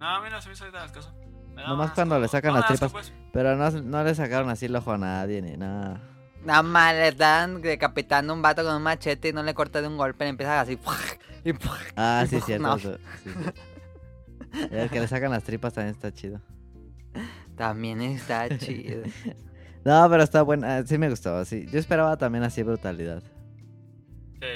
C: No, a mí no se me hizo nada asqueroso. Me da
B: Nomás
C: más
B: cuando
C: asco.
B: le sacan
C: No,
B: las
C: da asco,
B: tripas.
C: pues.
B: Pero no, no le sacaron así el ojo a nadie ni nada.
A: Nada más le están decapitando a un vato con un machete y no le corta de un golpe, le empieza así. Y
B: Ah, sí,
A: No.
B: es cierto. eso, sí, sí. Y El que le sacan las tripas también está chido.
A: también está chido.
B: No, pero está buena. Sí me gustó, sí. Yo esperaba también así brutalidad.
C: Sí,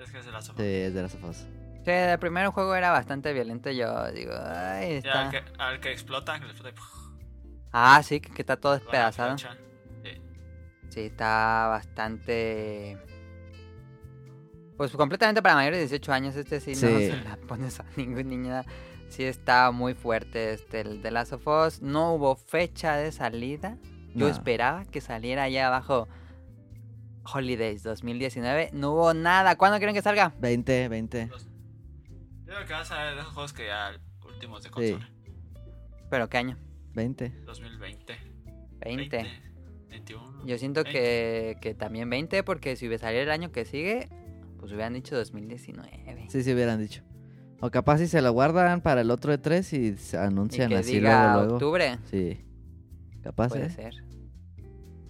C: es que se la sopa.
B: Sí, es de las sofás.
A: Sí, el primer juego era bastante violento, yo digo, ay,
C: Ya,
A: está.
C: al que, al que explota, que le explota y. ¡puf!
A: Ah, sí, que que está todo
C: Con la
A: despedazado.
C: flecha. Sí.
A: Sí, está bastante... Pues completamente para mayores de 18 años, este sí, no
B: Sí.
A: se la pones a ningún niño. Sí está muy fuerte este, el de Last of Us. No hubo fecha de salida. Yo
B: No.
A: esperaba que saliera allá abajo Holidays 2019. No hubo nada. ¿Cuándo quieren que salga?
B: 20, 20.
C: Yo creo que vas a ver esos juegos que ya últimos de consola.
A: ¿Pero qué año?
B: 20.
C: 2020.
A: 20.
C: 21.
A: Yo siento que, que también 20, porque si saliera el año que sigue, pues hubieran dicho 2019.
B: Sí, sí hubieran dicho. O capaz si se lo guardan para el otro de 3 y se
A: y
B: anuncian
A: que
B: así
A: diga "Ah,
B: luego, luego.
A: octubre.
B: Sí. Capaz,
A: Puede
B: ¿eh?
A: ser.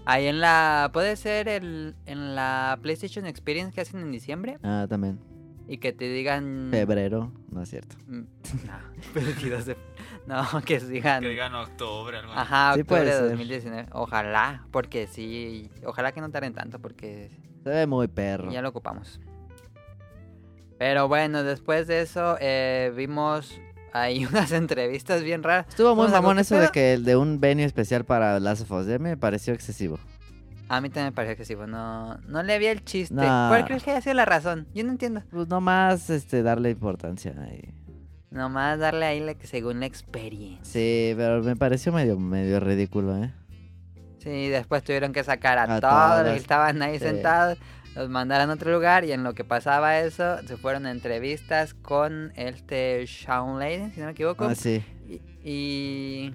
A: Ahí en la. Puede ser el, en la PlayStation Experience que hacen en diciembre
B: Ah, también.
A: y que te digan.
B: Febrero, no es cierto.
A: Mm, No, 22 de- no, que digan.
C: Que ah. digan octubre, algo así.
A: Ajá,
B: Sí,
A: octubre
B: puede
A: de
B: ser.
A: 2019. Ojalá, porque sí. Ojalá que no tarden tanto, porque
B: Se ve muy perro.
A: ya lo ocupamos. Pero bueno, después de eso eh, vimos ahí unas entrevistas bien raras.
B: Estuvo muy
A: Vamos a ver
B: mamón
A: qué
B: eso de
A: pedo.
B: que el de un venue especial para Last of Us. Ya me pareció excesivo.
A: A mí también me pareció que sí, pues, no, no le había el chiste.
B: No.
A: ¿Cuál crees que haya sido la razón? Yo no entiendo.
B: Pues nomás este, darle importancia. ahí.
A: Nomás darle ahí la que según la experiencia.
B: Sí, pero me pareció medio, medio ridículo, ¿eh?
A: Sí, después tuvieron que sacar a,
B: A
A: todos los
B: todos.
A: que estaban ahí
B: Sí.
A: sentados, los mandaron a otro lugar y en lo que pasaba eso, se fueron a entrevistas con este Shawn Layden, si no me equivoco.
B: Ah, sí.
A: y, y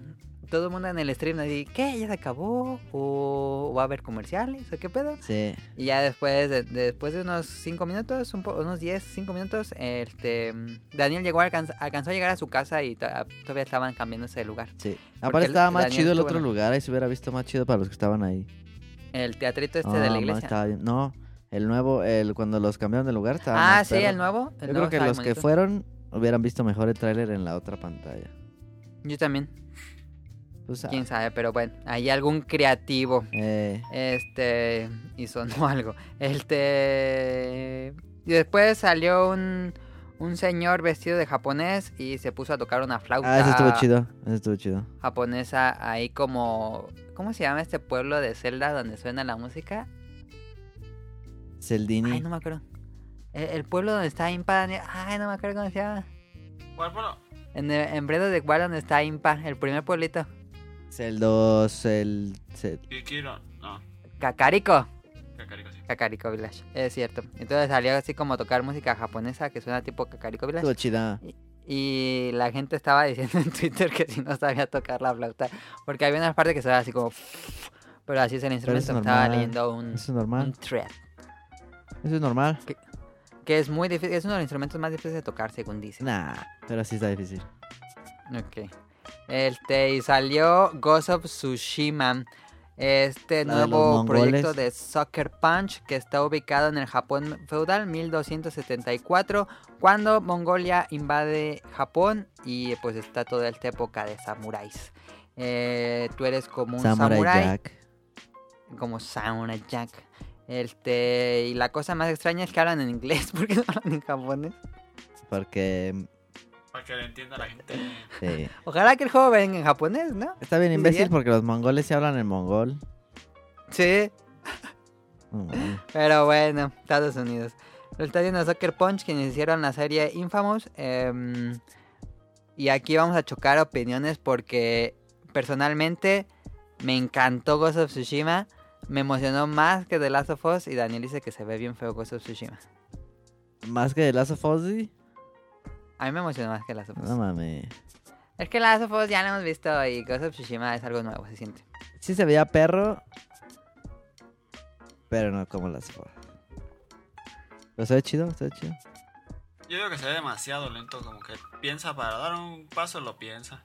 A: todo el mundo en el stream así, ¿qué? ¿Ya se acabó? ¿O va a haber comerciales? ¿O qué pedo?
B: Sí.
A: Y ya después de, después de unos 5 minutos, un po- unos 10, 5 minutos, este Daniel llegó a alcanz- alcanzó a llegar a su casa y to- todavía estaban cambiándose de lugar.
B: Sí.
A: Porque
B: Aparte
A: el-
B: estaba más
A: Daniel
B: chido el
A: estuvo
B: otro
A: en-
B: lugar, ahí se hubiera visto más chido para los que estaban ahí.
A: El teatrito este
B: Ah,
A: de la
B: más
A: iglesia.
B: estaba bien. No, el nuevo, el cuando los cambiaron de lugar estaba
A: Ah,
B: más
A: sí,
B: perro.
A: el nuevo. el
B: Yo
A: nuevo
B: creo que
A: estaba
B: los que
A: bonito.
B: fueron hubieran visto mejor el tráiler en la otra pantalla.
A: Yo también,
B: Pues, ah,
A: quién sabe, pero bueno, hay algún creativo.
B: eh,
A: Este, y sonó algo. Este. Y después salió un, un señor vestido de japonés y se puso a tocar una flauta.
B: Ah, eso estuvo chido, eso estuvo chido.
A: japonesa ahí como... ¿Cómo se llama este pueblo de Zelda donde suena la música?
B: Celdini.
A: Ay, no me acuerdo. El, el pueblo donde está Impa... Daniel- Ay, no me acuerdo cómo se llama.
C: ¿Cuál, bueno?
A: En, el- en Breath of the Wild donde está Impa, el primer pueblito.
B: Celdo, Cel, Cel-
C: Kikiro. No,
A: Kakariko.
C: Kakariko, sí.
A: Kakariko Village, es cierto. Entonces salió así como tocar música japonesa que suena tipo Kakariko
B: Estuvo
A: Village.
B: chida.
A: Y la gente estaba diciendo en Twitter que si no sabía tocar la flauta. Porque había una parte que sonaba así como... Pero así es el
B: Pero
A: instrumento.
B: eso es
A: Estaba
B: normal,
A: leyendo un,
B: Eso es
A: un
B: normal,
A: thread.
B: eso es normal.
A: Que es muy difícil, es uno de los instrumentos más difíciles de tocar, según dicen.
B: Nah, pero sí está difícil.
A: Ok. Este, y salió Ghost of Tsushima. Este
B: La de los
A: nuevo proyecto
B: mongoles.
A: de Sucker Punch que está ubicado en el Japón feudal 1274, cuando Mongolia invade Japón y pues está toda esta época de samuráis. Eh, tú eres como un
B: Samurai,
A: samurái
B: Jack.
A: como Samurai Jack. Este, y la cosa más extraña es que hablan en inglés porque no hablan en japonés.
B: Porque,
C: Para que lo entienda la gente.
B: sí.
A: Ojalá que el juego venga en japonés, ¿no?
B: Está bien
A: Sí,
B: imbécil
A: bien.
B: porque los mongoles se hablan en mongol.
A: Sí,
B: No mames.
A: pero bueno, Estados Unidos. Lo está viendo Soccer Punch, quienes hicieron la serie Infamous. em, y aquí vamos a chocar opiniones porque personalmente me encantó Ghost of Tsushima. Me emocionó más que The Last of Us y Daniel dice que se ve bien feo Ghost of Tsushima.
B: Más que de Last of Us, sí.
A: A mí me emocionó más que Last of Us.
B: No mames.
A: Es que Last of Us ya lo hemos visto y Ghost of Tsushima es algo nuevo, se siente.
B: Sí se veía perro. Pero no como Last of Us. Pero se ve chido, se ve chido.
C: Yo digo que se ve demasiado lento, como que piensa para dar un paso, lo piensa.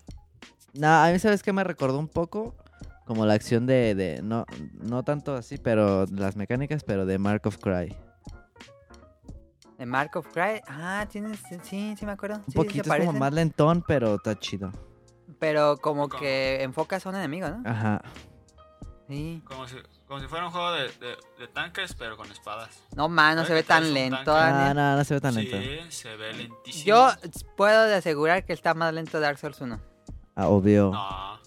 B: Nah, a mí sabes que me recordó un poco como la acción de, de no, no tanto así, pero las mecánicas, pero de Mark of Cry.
A: En Mark of Cry, ah, tienes, sí, sí me acuerdo.
B: Un
A: sí, sí, se
B: poquito es como
A: parecen,
B: más lentón, pero está chido.
A: Pero como
C: Como-
A: que enfocas a un enemigo, ¿no?
B: Ajá.
A: Sí.
C: Como si, como si fuera un juego de, de- de tanques, pero con espadas.
A: No, man, no
C: Ay,
A: se ve
C: que traes
A: tan
C: un
A: lento,
C: tanque.
B: Ah,
A: Daniel.
B: no, no se ve tan
C: sí,
B: lento.
C: se ve lentísimo.
A: Yo puedo asegurar que está más lento Dark Souls 1.
B: Ah, obvio.
C: No.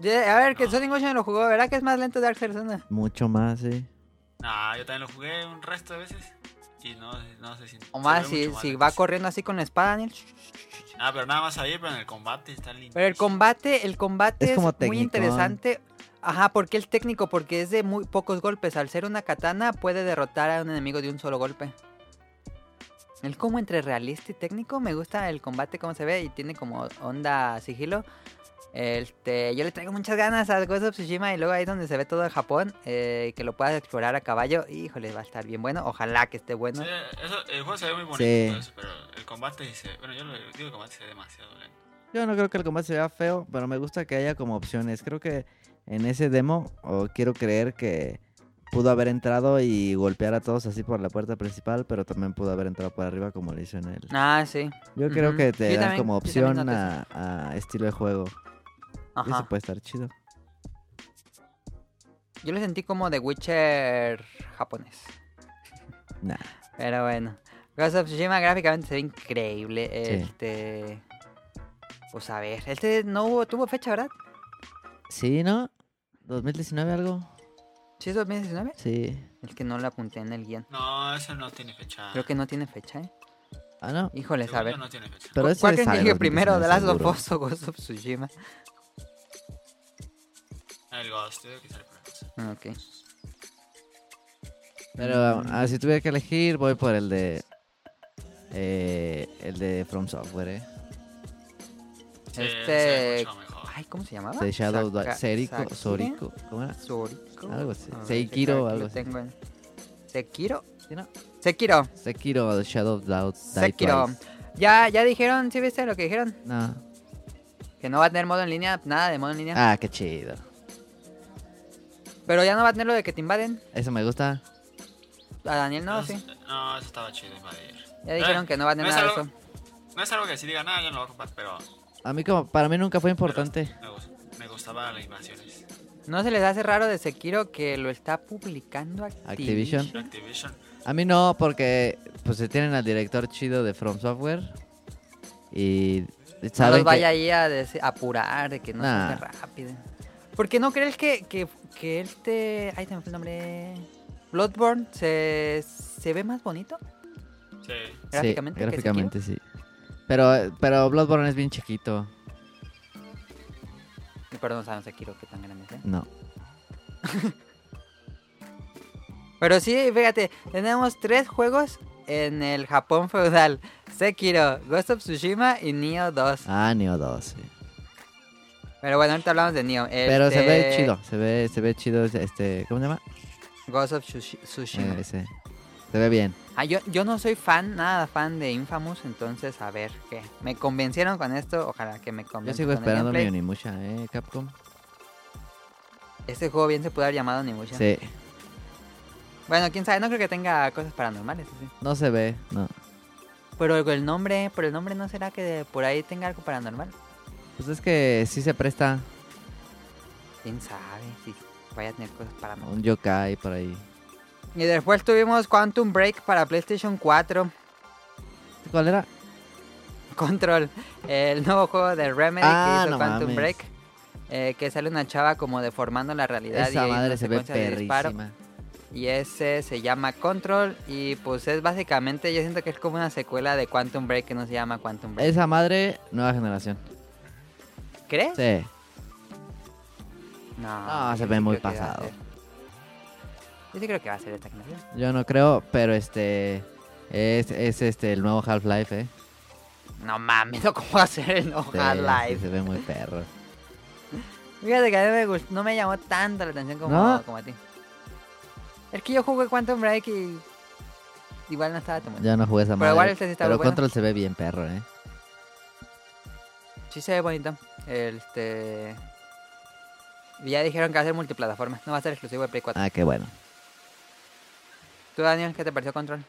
A: Ye- a ver, que
C: No.
A: Sonic Ocean lo jugó, ¿verdad que es más lento Dark Souls 1?
B: Mucho más, sí.
C: Nah, yo también lo jugué un resto de veces y no, no se siente.
A: O más,
C: se ve
A: si,
C: mucho
A: si
C: mal.
A: va corriendo así con la espada, Daniel.
C: Ah, pero nada más ahí, pero en el combate está lindo.
A: Pero el combate, el combate
B: Es
A: es,
B: como
A: muy
B: técnico.
A: interesante. Ajá, porque el técnico, porque es de muy pocos golpes. Al ser una katana, puede derrotar a un enemigo de un solo golpe. El como entre realista y técnico, me gusta el combate como se ve y tiene como onda sigilo. Este, yo le traigo muchas ganas a Ghost of Tsushima y luego ahí es donde se ve todo el Japón, eh, que lo puedas explorar a caballo. Híjole, va a estar bien bueno. Ojalá que esté bueno.
C: Sí, eso- el juego se ve muy bonito,
B: Sí.
C: todo eso, pero el combate sí se. Bueno, yo lo digo, el combate se ve demasiado lento.
B: Yo no creo que el combate se vea feo, pero me gusta que haya como opciones. Creo que en ese demo, o quiero creer que pudo haber entrado y golpear a todos así por la puerta principal, pero también pudo haber entrado por arriba como lo hizo en él.
A: Ah, sí.
B: Yo creo
A: Ujú.
B: que
A: Yo
B: te dan
A: también- yo
B: como
A: también
B: opción
A: noté
B: a, a estilo de juego. Y eso
A: Ajá.
B: puede estar chido.
A: Yo lo sentí como The Witcher japonés.
B: Nah.
A: Pero bueno. Ghost of Tsushima gráficamente se ve increíble. Este. Pues a ver. Este no hubo, tuvo fecha, ¿verdad?
B: Sí, ¿no? ¿2019 algo?
A: ¿Sí es 2019?
B: Sí.
A: Es que no lo apunté en el guión.
C: No, eso no tiene fecha.
A: Creo que no tiene fecha, ¿eh?
B: Ah, no.
A: Híjoles,
C: Según
A: a
C: yo,
A: ver.
C: no tiene fecha.
B: Pero
A: ¿Cu-
B: eso
A: ¿Cuál
B: es
A: creen que
B: algo
A: llegue primero? ¿The Last of
B: seguro.
A: Us o Ghost of Tsushima?
C: El Ghost, yo digo que sale por eso.
A: Ah, Ok.
B: Pero ah, si tuviera que elegir, voy por el de. eh, el de From Software, ¿eh?
C: Sí,
A: Este-
C: se ve mucho mejor.
A: Ay, ¿cómo se llamaba?
B: De Shadow
A: Saka-
B: Di- Serico,
A: Sakura?
B: Sorico. ¿Cómo era?
A: Sorico.
B: Algo así.
A: A ver,
B: Seikiro,
A: deja, aquí
B: algo
A: lo
B: así.
A: tengo en- ¿Sekiro?
B: ¿Sí, no?
A: Sekiro.
B: Sekiro, The Shadow of Doubt. Die
A: Sekiro.
B: Twice.
A: Ya, ya dijeron, ¿sí viste lo que dijeron?
B: No.
A: Que no va a tener modo en línea, nada de modo en línea.
B: Ah, qué chido.
A: Pero ya no va a tener lo de que te invaden.
B: Eso me gusta.
A: A Daniel no, sí.
C: Entonces, No, eso estaba chido invadir.
A: Ya dijeron que no va a tener
C: Ah. Eh, no es
A: nada de eso.
C: algo- No es algo que si diga nada, yo no lo voy a comprar, pero.
B: A mí, como, para mí nunca fue importante.
C: Me, gust- me gustaban las invasiones.
A: ¿No se les hace raro de Sekiro que lo está publicando Activision?
B: Activision.
C: Activision.
B: A mí no, porque pues se tienen al director chido de From Software. Y
A: No
B: saben
A: los
B: que-
A: vaya ahí a, dese- a apurar, de que no
B: Nah.
A: se hace rápido. ¿Por qué no crees que, que, que este... Ay, se me fue el nombre... Bloodborne se, se ve más bonito
C: Sí.
B: Sí,
A: gráficamente. que Sekiro?
B: gráficamente, sí. Pero, pero Bloodborne es bien chiquito.
A: Perdón, saben Sekiro qué tan grande es. ¿eh?
B: No.
A: Pero sí, fíjate, tenemos tres juegos en el Japón feudal. Sekiro, Ghost of Tsushima y Nioh 2.
B: Ah, Neo 2. sí.
A: Pero bueno, ahorita hablamos de Nioh.
B: Pero se ve
A: Este,
B: chido. Se ve, se ve chido ese- este. ¿Cómo se llama?
A: Ghost of Tsushi-
B: Eh,
A: Tsushima.
B: ese. Se ve bien.
A: Ah, yo, yo no soy fan, nada fan de Infamous, entonces a ver qué. Me convencieron con esto, ojalá que me
B: Yo
A: convenzcan.
B: sigo
A: con el
B: esperando mi
A: gameplay.
B: Onimusha, eh, Capcom.
A: Este juego bien se puede haber llamado Nimusha.
B: Sí.
A: Bueno, quién sabe, no creo que tenga cosas paranormales. así.
B: No se ve. No.
A: Pero el nombre, por el nombre no será que de- por ahí tenga algo paranormal.
B: Pues es que sí se presta
A: Quién sabe si vaya a tener cosas paranormales.
B: un yokai por ahí.
A: Y después tuvimos Quantum Break para PlayStation 4
B: ¿Cuál era?
A: Control, el nuevo juego de Remedy
B: Ah,
A: que hizo
B: no
A: Quantum
B: mames.
A: Break, eh, que sale una chava como deformando la realidad y
B: Esa
A: hay una
B: madre se ve
A: secuencia de disparo.
B: perrísima.
A: Y ese se llama Control y pues es básicamente, yo siento que es como una secuela de Quantum Break que no se llama Quantum Break.
B: Esa madre, nueva generación.
A: ¿Crees?
B: Sí.
A: No,
B: No, se
A: yo
B: ve
A: sí
B: muy
A: creo que va a
B: pasado.
A: ser. Yo sí creo que va a ser esta generación.
B: Yo no creo, pero este. Es, es este, el nuevo Half-Life, ¿eh?
A: No mames, no cómo va a ser el
B: Sí,
A: Ojalá
B: sí, se ve muy perro.
A: Fíjate que a mí me gust- no me llamó tanto la atención como,
B: ¿No?
A: como a ti. Es que yo jugué Quantum Break y. Igual no estaba tan bueno.
B: Ya no jugué esa
A: Pero
B: madre.
A: igual este sí está
B: pero
A: bueno.
B: Control se ve bien perro, ¿eh?
A: Sí se ve bonito. Este. y Ya dijeron que va a ser multiplataforma. No va a ser exclusivo de Play 4.
B: Ah, qué bueno.
A: ¿Tú, Daniel, qué te pareció Control?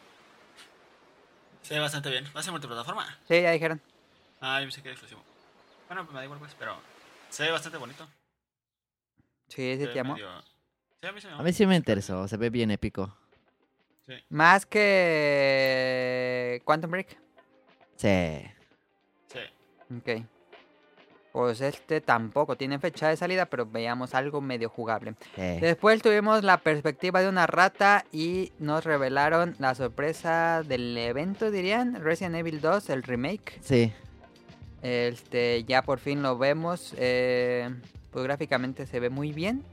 C: Se ve bastante bien. ¿Va a ser multiplataforma?
A: Sí, ya dijeron.
C: Ah, yo pensé que era exclusivo. Bueno, pues me da igual, pues, pero se ve bastante bonito.
A: Sí,
C: Se
A: sí
C: ve
A: te llamó.
C: medio- Sí, a mí se me
B: A mí sí me interesó, se ve bien épico.
A: Más que. Quantum Break.
B: Sí.
C: Sí.
A: Ok. Pues este tampoco tiene fecha de salida, pero veíamos algo medio jugable.
B: sí.
A: Después tuvimos la perspectiva de una rata y nos revelaron la sorpresa del evento, dirían, Resident Evil 2, el remake.
B: Sí.
A: Este, ya por fin lo vemos. eh, pues gráficamente se ve muy bien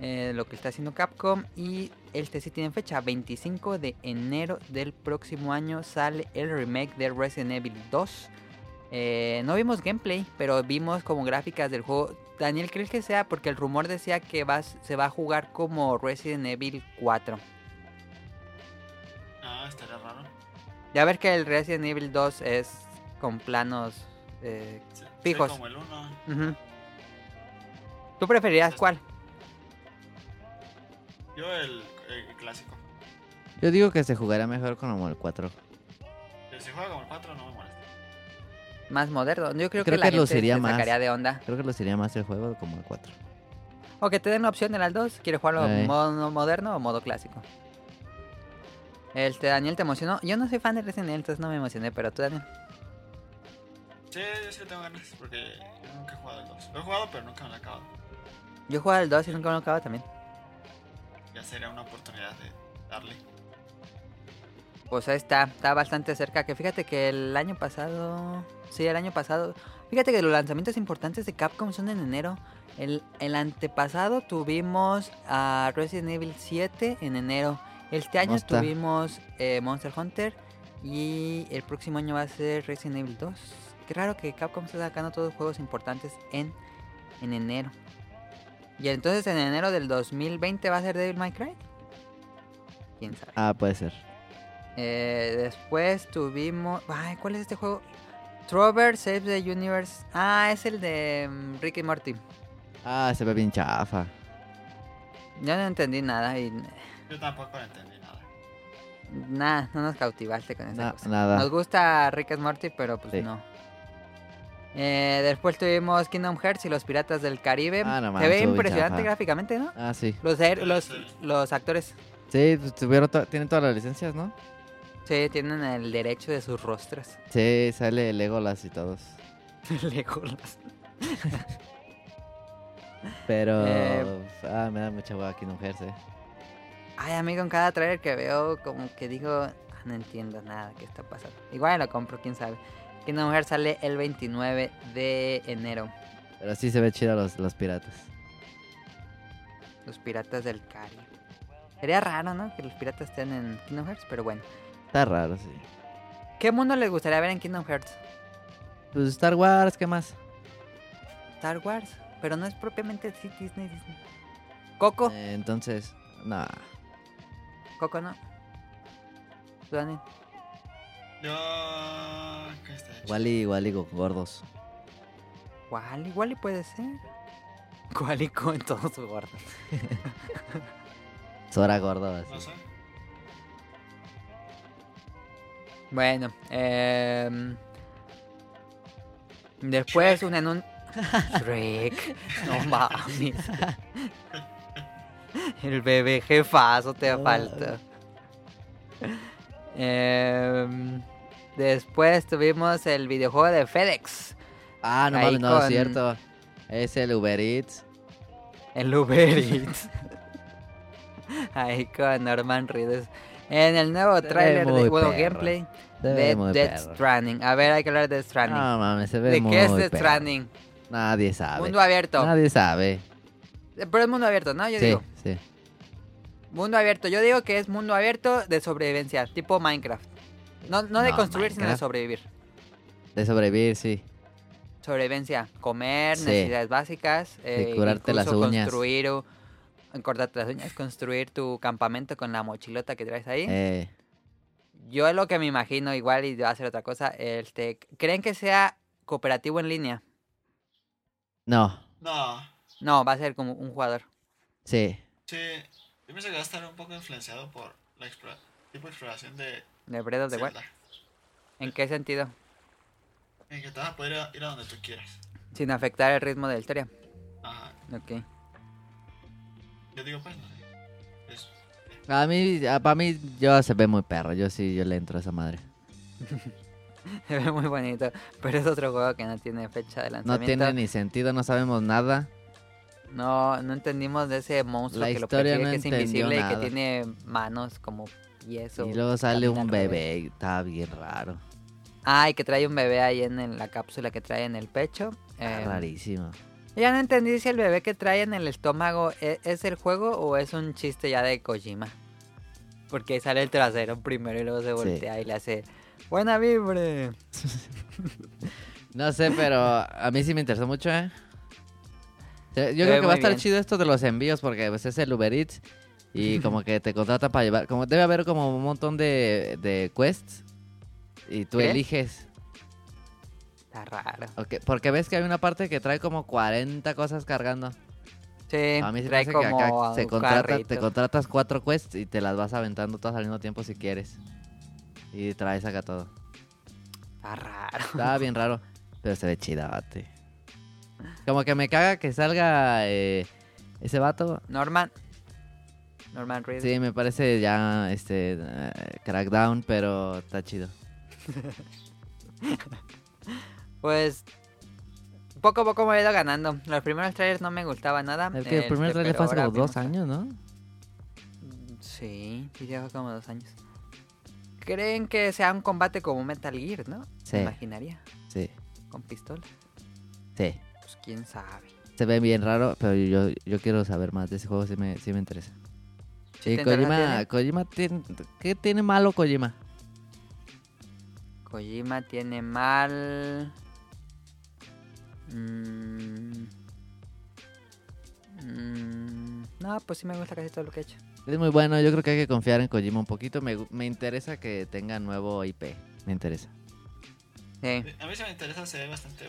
A: eh, lo que está haciendo Capcom. Y este sí tiene fecha, 25 de enero del próximo año sale el remake de Resident Evil 2. Eh, no vimos gameplay, pero vimos como gráficas del juego. Daniel, ¿crees que sea? Porque el rumor decía que va a s- se va a jugar como Resident Evil 4.
C: Ah, estaría raro.
A: Ya ver que el Resident Evil 2 es con planos... eh,
C: Se- se ve
A: Fijos.
C: como el uno.
A: ujú. ¿Tú preferirías cuál?
C: Yo el, el clásico.
B: Yo digo que se jugará mejor como el 4.
C: Pero si juega como el 4 no me molesta.
A: más moderno. Yo creo,
B: Creo
A: que la
B: que
A: gente
B: luciría
A: se
B: más.
A: sacaría de onda.
B: Creo que lo sería más el juego como el 4.
A: O que te den la opción de las dos. ¿Quieres jugarlo
B: Ey.
A: modo moderno o modo clásico? Este, Daniel, ¿te emocionó? Yo no soy fan de Resident Evil, entonces no me emocioné, pero tú, Daniel.
C: Sí, yo sí le tengo ganas porque yo nunca he jugado el 2. Lo he jugado pero nunca me lo he acabado.
A: Yo he jugado el 2 y nunca me lo acabo también.
C: Ya sería una oportunidad de darle.
A: Pues ahí está, está bastante cerca. Que fíjate que el año pasado. Sí, el año pasado. Fíjate que los lanzamientos importantes de Capcom son en enero. El, el antepasado tuvimos a Resident Evil 7 en enero. Este año
B: Monster.
A: tuvimos eh, Monster Hunter. Y el próximo año va a ser Resident Evil 2. Qué raro que Capcom está sacando todos los juegos importantes en, en enero. Y entonces en enero del 2020 va a ser Devil May Cry. ¿Quién sabe?
B: Ah, puede ser.
A: Eh, después tuvimos. Ay, ¿cuál es este juego? Trover Save the Universe. Ah, es el de mm, Rick y Morty.
B: Ah, se ve bien chafa.
A: Yo no entendí nada y
C: Yo tampoco entendí nada.
A: nada, no nos cautivaste con esa
B: Na-
A: cosa.
B: nada.
A: Nos gusta Rick and Morty, pero pues
B: Sí.
A: no. Eh, después tuvimos Kingdom Hearts y los Piratas del Caribe.
B: Ah, no
A: Se
B: mames,
A: ve
B: estuvo bien
A: impresionante
B: chafa.
A: gráficamente, ¿no?
B: Ah, sí.
A: Los, her-
C: Sí,
A: los,
C: sí.
A: los actores
B: Sí, pues, tuvieron to- tienen todas las licencias, ¿no?
A: sí, tienen el derecho de sus rostros.
B: Sí, sale Legolas y todos.
A: Legolas.
B: Pero...
A: Eh,
B: Ah, me da mucha hueva eh. aquí no ejerce.
A: Ay, amigo, en cada trailer que veo, como que digo, "Ah, no entiendo nada que está pasando. Igual lo compro, quién sabe. Kingdom Hearts sale el 29 de enero.
B: Pero sí se ve chido los, los piratas.
A: Los piratas del Caribe. Sería raro, ¿no? Que los piratas estén en Kingdom Hearts, pero bueno.
B: Está raro, sí.
A: ¿Qué mundo les gustaría ver en Kingdom Hearts?
B: Pues Star Wars, ¿qué más?
A: Star Wars. Pero no es propiamente sí, Disney, Disney. Coco.
B: Eh, entonces, no.
A: Coco no. ¿Tú, Dani?
C: Yo... ¿Qué está hecho?
B: Wally, Wally go- gordos.
A: ¿Cuál? Igual y puede ser. ¿Cuál y con todo su gordo?
B: Sora gordo, así.
C: No sé.
A: Bueno, em, después un en un Shrek, no mames. El bebé jefazo te
B: No
A: falta. Em, después tuvimos el videojuego de FedEx,
B: Ah, no
A: Ahí
B: mames, no, es
A: con-
B: cierto. Es el Uber Eats.
A: el Uber Eats. Ahí con Norman Reedus. En el nuevo
B: Se ve
A: tráiler de
B: muy
A: bueno,
B: perro.
A: gameplay
B: Se ve
A: de
B: muy
A: Death
B: perro.
A: Stranding. A ver, hay que hablar de Death Stranding.
B: No mames, se ve
A: ¿De
B: muy
A: qué es Death
B: perro.
A: Stranding?
B: Nadie sabe.
A: Mundo abierto. Eh,
B: Nadie sabe.
A: Pero es mundo abierto, ¿no? Yo
B: sí,
A: digo.
B: sí.
A: Mundo abierto. Yo digo que es mundo abierto de sobrevivencia, tipo Minecraft. No, no de
B: No,
A: construir, sino de
B: Minecraft.
A: sobrevivir.
B: De sobrevivir, sí.
A: Sobrevivencia, comer,
B: Sí.
A: necesidades básicas. eh,
B: curarte las
A: incluso
B: uñas.
A: Construir, o- cortarte las uñas, construir tu campamento con la mochilota que traes ahí.
B: Eh,
A: Yo lo que me imagino igual y va a ser otra cosa, este, ¿creen que sea cooperativo en línea?
B: no,
C: No,
A: No, va a ser como un jugador.
B: sí.
C: sí. Yo pienso que va a estar un poco influenciado por la explora- tipo de exploración de
A: ¿De Breath of the Wild?
C: Zelda.
A: ¿En qué sentido?
C: En que te vas a poder ir a- ir a donde tú quieras.
A: Sin afectar el ritmo de la historia.
C: Ajá.
A: Ok.
C: Yo digo, pues, no sé. Es-
B: A mí, para mí, yo se ve muy perro. Yo sí, yo le entro a esa madre.
A: Se ve muy bonito. Pero es otro juego que no tiene fecha de
B: No
A: lanzamiento.
B: tiene ni sentido, no sabemos nada.
A: No, no entendimos de ese monstruo
B: La
A: que lo
B: historia
A: persigue,
B: no
A: que es
B: entendió
A: invisible y
B: nada.
A: que tiene manos como pies o
B: Y luego sale
A: camina
B: un
A: al revés.
B: bebé y está bien raro.
A: Ah, y que trae un bebé ahí en, en la cápsula que trae en el pecho.
B: Está
A: Em,
B: rarísimo.
A: ya no entendí si el bebé que trae en el estómago e- es, el juego o es un chiste ya de Kojima. Porque sale el trasero primero y luego se voltea y le hace... ¡Buena vibre!
B: No sé, pero a mí sí me interesó mucho, ¿eh? Se-
A: Se ve
B: Yo creo que va
A: muy
B: a estar
A: bien.
B: chido esto de los envíos porque pues, es el Uber Eats y como que te contrata para llevar. Como debe haber como un montón de, de quests y tú
A: ¿Qué?
B: eliges.
A: Está raro.
B: Ok, Porque ves que hay una parte que trae como 40 cosas cargando.
A: Sí,
B: A mí se me
A: trae
B: hace que
A: como
B: acá se
A: un
B: contrata,
A: carrito.
B: te contratas cuatro quests y te las vas aventando todas al mismo tiempo si quieres. Y traes acá todo.
A: Está raro.
B: Estaba bien raro, pero se ve chida, bate. Como que me caga que salga eh, ese vato.
A: Norman. Norman Reedus.
B: Sí, me parece ya este eh, crackdown, pero está chido.
A: Pues poco a poco me he ido ganando. Los primeros trailers no me gustaba nada.
B: El, que el
A: este,
B: primer trailer
A: pero
B: fue hace
A: ahora
B: como dos
A: vimos-
B: años, ¿no?
A: Sí, sí, ya fue como dos años. Creen que sea un combate como Metal Gear, ¿no?
B: Sí.
A: Me Imaginaría.
B: Sí,
A: Con pistola.
B: sí.
A: Pues quién sabe.
B: Se ve bien raro, pero yo, yo quiero saber más de ese juego, sí me, sí me interesa.
A: ¿Sí
B: Y
A: te
B: Kojima,
A: interesa,
B: Kojima tiene, ¿qué tiene malo Kojima?
A: Kojima tiene mal. Mm. Mm. No, pues sí me gusta casi todo lo que he hecho.
B: Es muy bueno, yo creo que hay que confiar en Kojima un poquito. Me, gu- me interesa que tenga nuevo IP. Me interesa.
A: Sí.
C: A mí se me interesa, se ve bastante.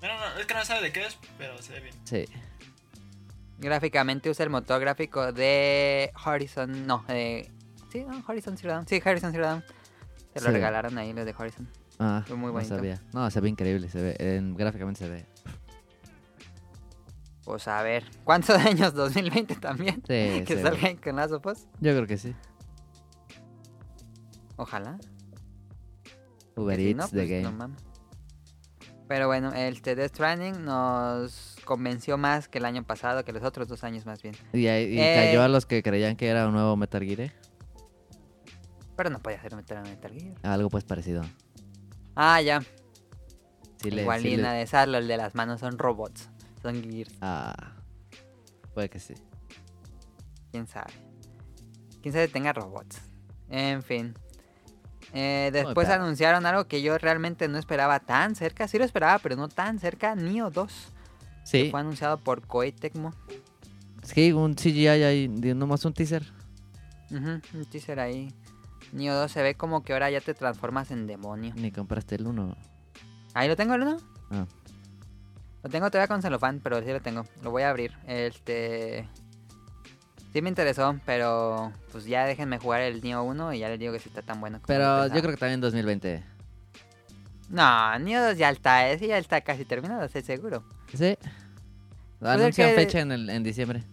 C: Bueno, no, es que no sabe de qué es, pero se ve bien.
B: Sí.
A: Gráficamente usa el motor gráfico de Horizon. No, de. Sí, no, Horizon Zero Dawn. Sí, Horizon Zero Dawn. Se lo
B: Sí.
A: regalaron ahí los de Horizon.
B: Ah,
A: Fue muy
B: no
A: bonito.
B: sabía. No, se ve increíble. Se ve, en- gráficamente se ve.
A: Pues a ver, ¿cuántos años? 2020 también.
B: Sí,
A: que
B: se ve.
A: salgan con las sopas.
B: Yo creo que sí.
A: Ojalá.
B: Uber
A: que si no,
B: Eats, The
A: pues, no
B: Game.
A: mames. Pero bueno, el The Death Stranding nos convenció más que el año pasado, que los otros dos años más bien.
B: y ahí- y
A: Eh.
B: cayó a los que creían que era un nuevo Metal Gear. ¿eh?
A: Pero no podía hacer meter a Metal Gear.
B: Algo pues parecido.
A: Ah, ya.
B: Sí le-
A: Igual
B: sí
A: y
B: le-
A: una de esas, los de las manos son robots. Son Gears.
B: Ah, puede que sí.
A: Quién sabe. Quién sabe tenga robots. En fin. Eh, después
B: padre.
A: anunciaron algo que yo realmente no esperaba tan cerca. Sí lo esperaba, pero no tan cerca. Nio 2.
B: Sí,
A: Fue anunciado por Koei Tecmo.
B: sí, un CGI ahí, de- nomás un teaser.
A: Ujú, un teaser ahí. Nio 2 se ve como que ahora ya te transformas en demonio.
B: Ni compraste el uno.
A: Ahí lo tengo, ¿no?
B: Ah.
A: Lo tengo todavía con celofán, pero sí lo tengo. Lo voy a abrir. Este... Sí me interesó, pero pues ya déjenme jugar el Nio 1 y ya les digo que si está tan bueno. como
B: Pero
A: pensaba.
B: yo creo que también 2020.
A: No, Neo 2 ya está, ese ya está casi terminado, estoy seguro. es
B: Sí. Anuncian
A: que-
B: fecha en, el- en diciembre.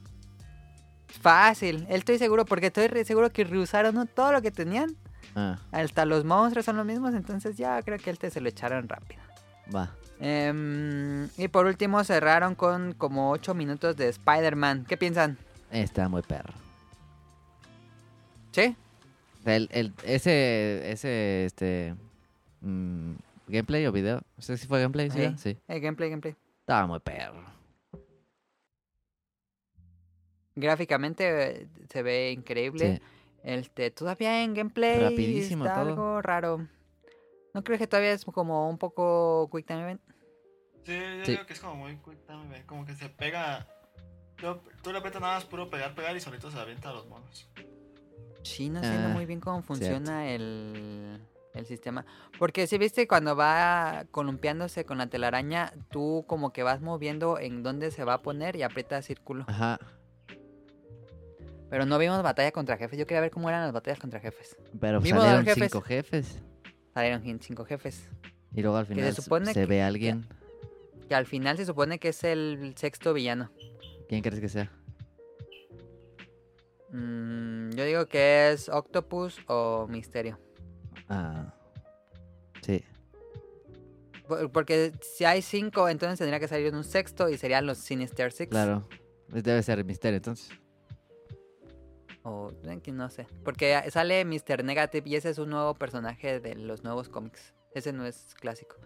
A: Fácil, estoy seguro, porque estoy re seguro que reusaron ¿no? todo lo que tenían.
B: Ah,
A: Hasta los monstruos son los mismos, entonces ya creo que este se lo echaron rápido.
B: va.
A: Em, y por último cerraron con como 8 minutos de Spider-Man. ¿Qué piensan?
B: Está muy perro.
A: ¿Sí?
B: El, el- ese, ese, este, mm, gameplay o video. No sé si fue gameplay, sí.
A: Sí.
B: ¿verdad? Sí.
A: Eh, gameplay, gameplay.
B: Estaba muy perro.
A: Gráficamente eh, se ve increíble.
B: Sí.
A: Este, todavía en gameplay
B: Rapidísimo
A: está
B: todo.
A: algo raro. ¿No crees que todavía es como un poco Quick Time Event?
C: Sí, yo
B: Sí.
C: digo que es como muy quick time, güey, como que se pega. Tú, tú le aprietas nada más puro pegar, pegar y solito se avienta a los monos.
A: Sí, no entiendo
B: Ah,
A: muy bien cómo funciona el, el sistema. Porque si viste cuando va columpiándose con la telaraña, tú como que vas moviendo en dónde se va a poner y aprietas círculo.
B: Ajá.
A: Pero no vimos batalla contra jefes. Yo quería ver cómo eran las batallas contra jefes.
B: Pero
A: Vimos a
B: salieron
A: los jefes.
B: cinco jefes.
A: Salieron jin- cinco jefes.
B: Y luego al
A: se
B: final se,
A: supone
B: se
A: que-
B: ve alguien.
A: Que al final se supone que es el sexto villano.
B: ¿Quién crees que sea?
A: Mm, yo digo que es Octopus o Misterio.
B: Ah. Sí.
A: Por- Porque si hay cinco, entonces tendría que salir un sexto y serían los Sinister Six.
B: Claro. Debe ser misterio, entonces.
A: O eh, que no sé. Porque ah, sale Mr. Negative y ese es un nuevo personaje de los nuevos cómics. Ese no es clásico.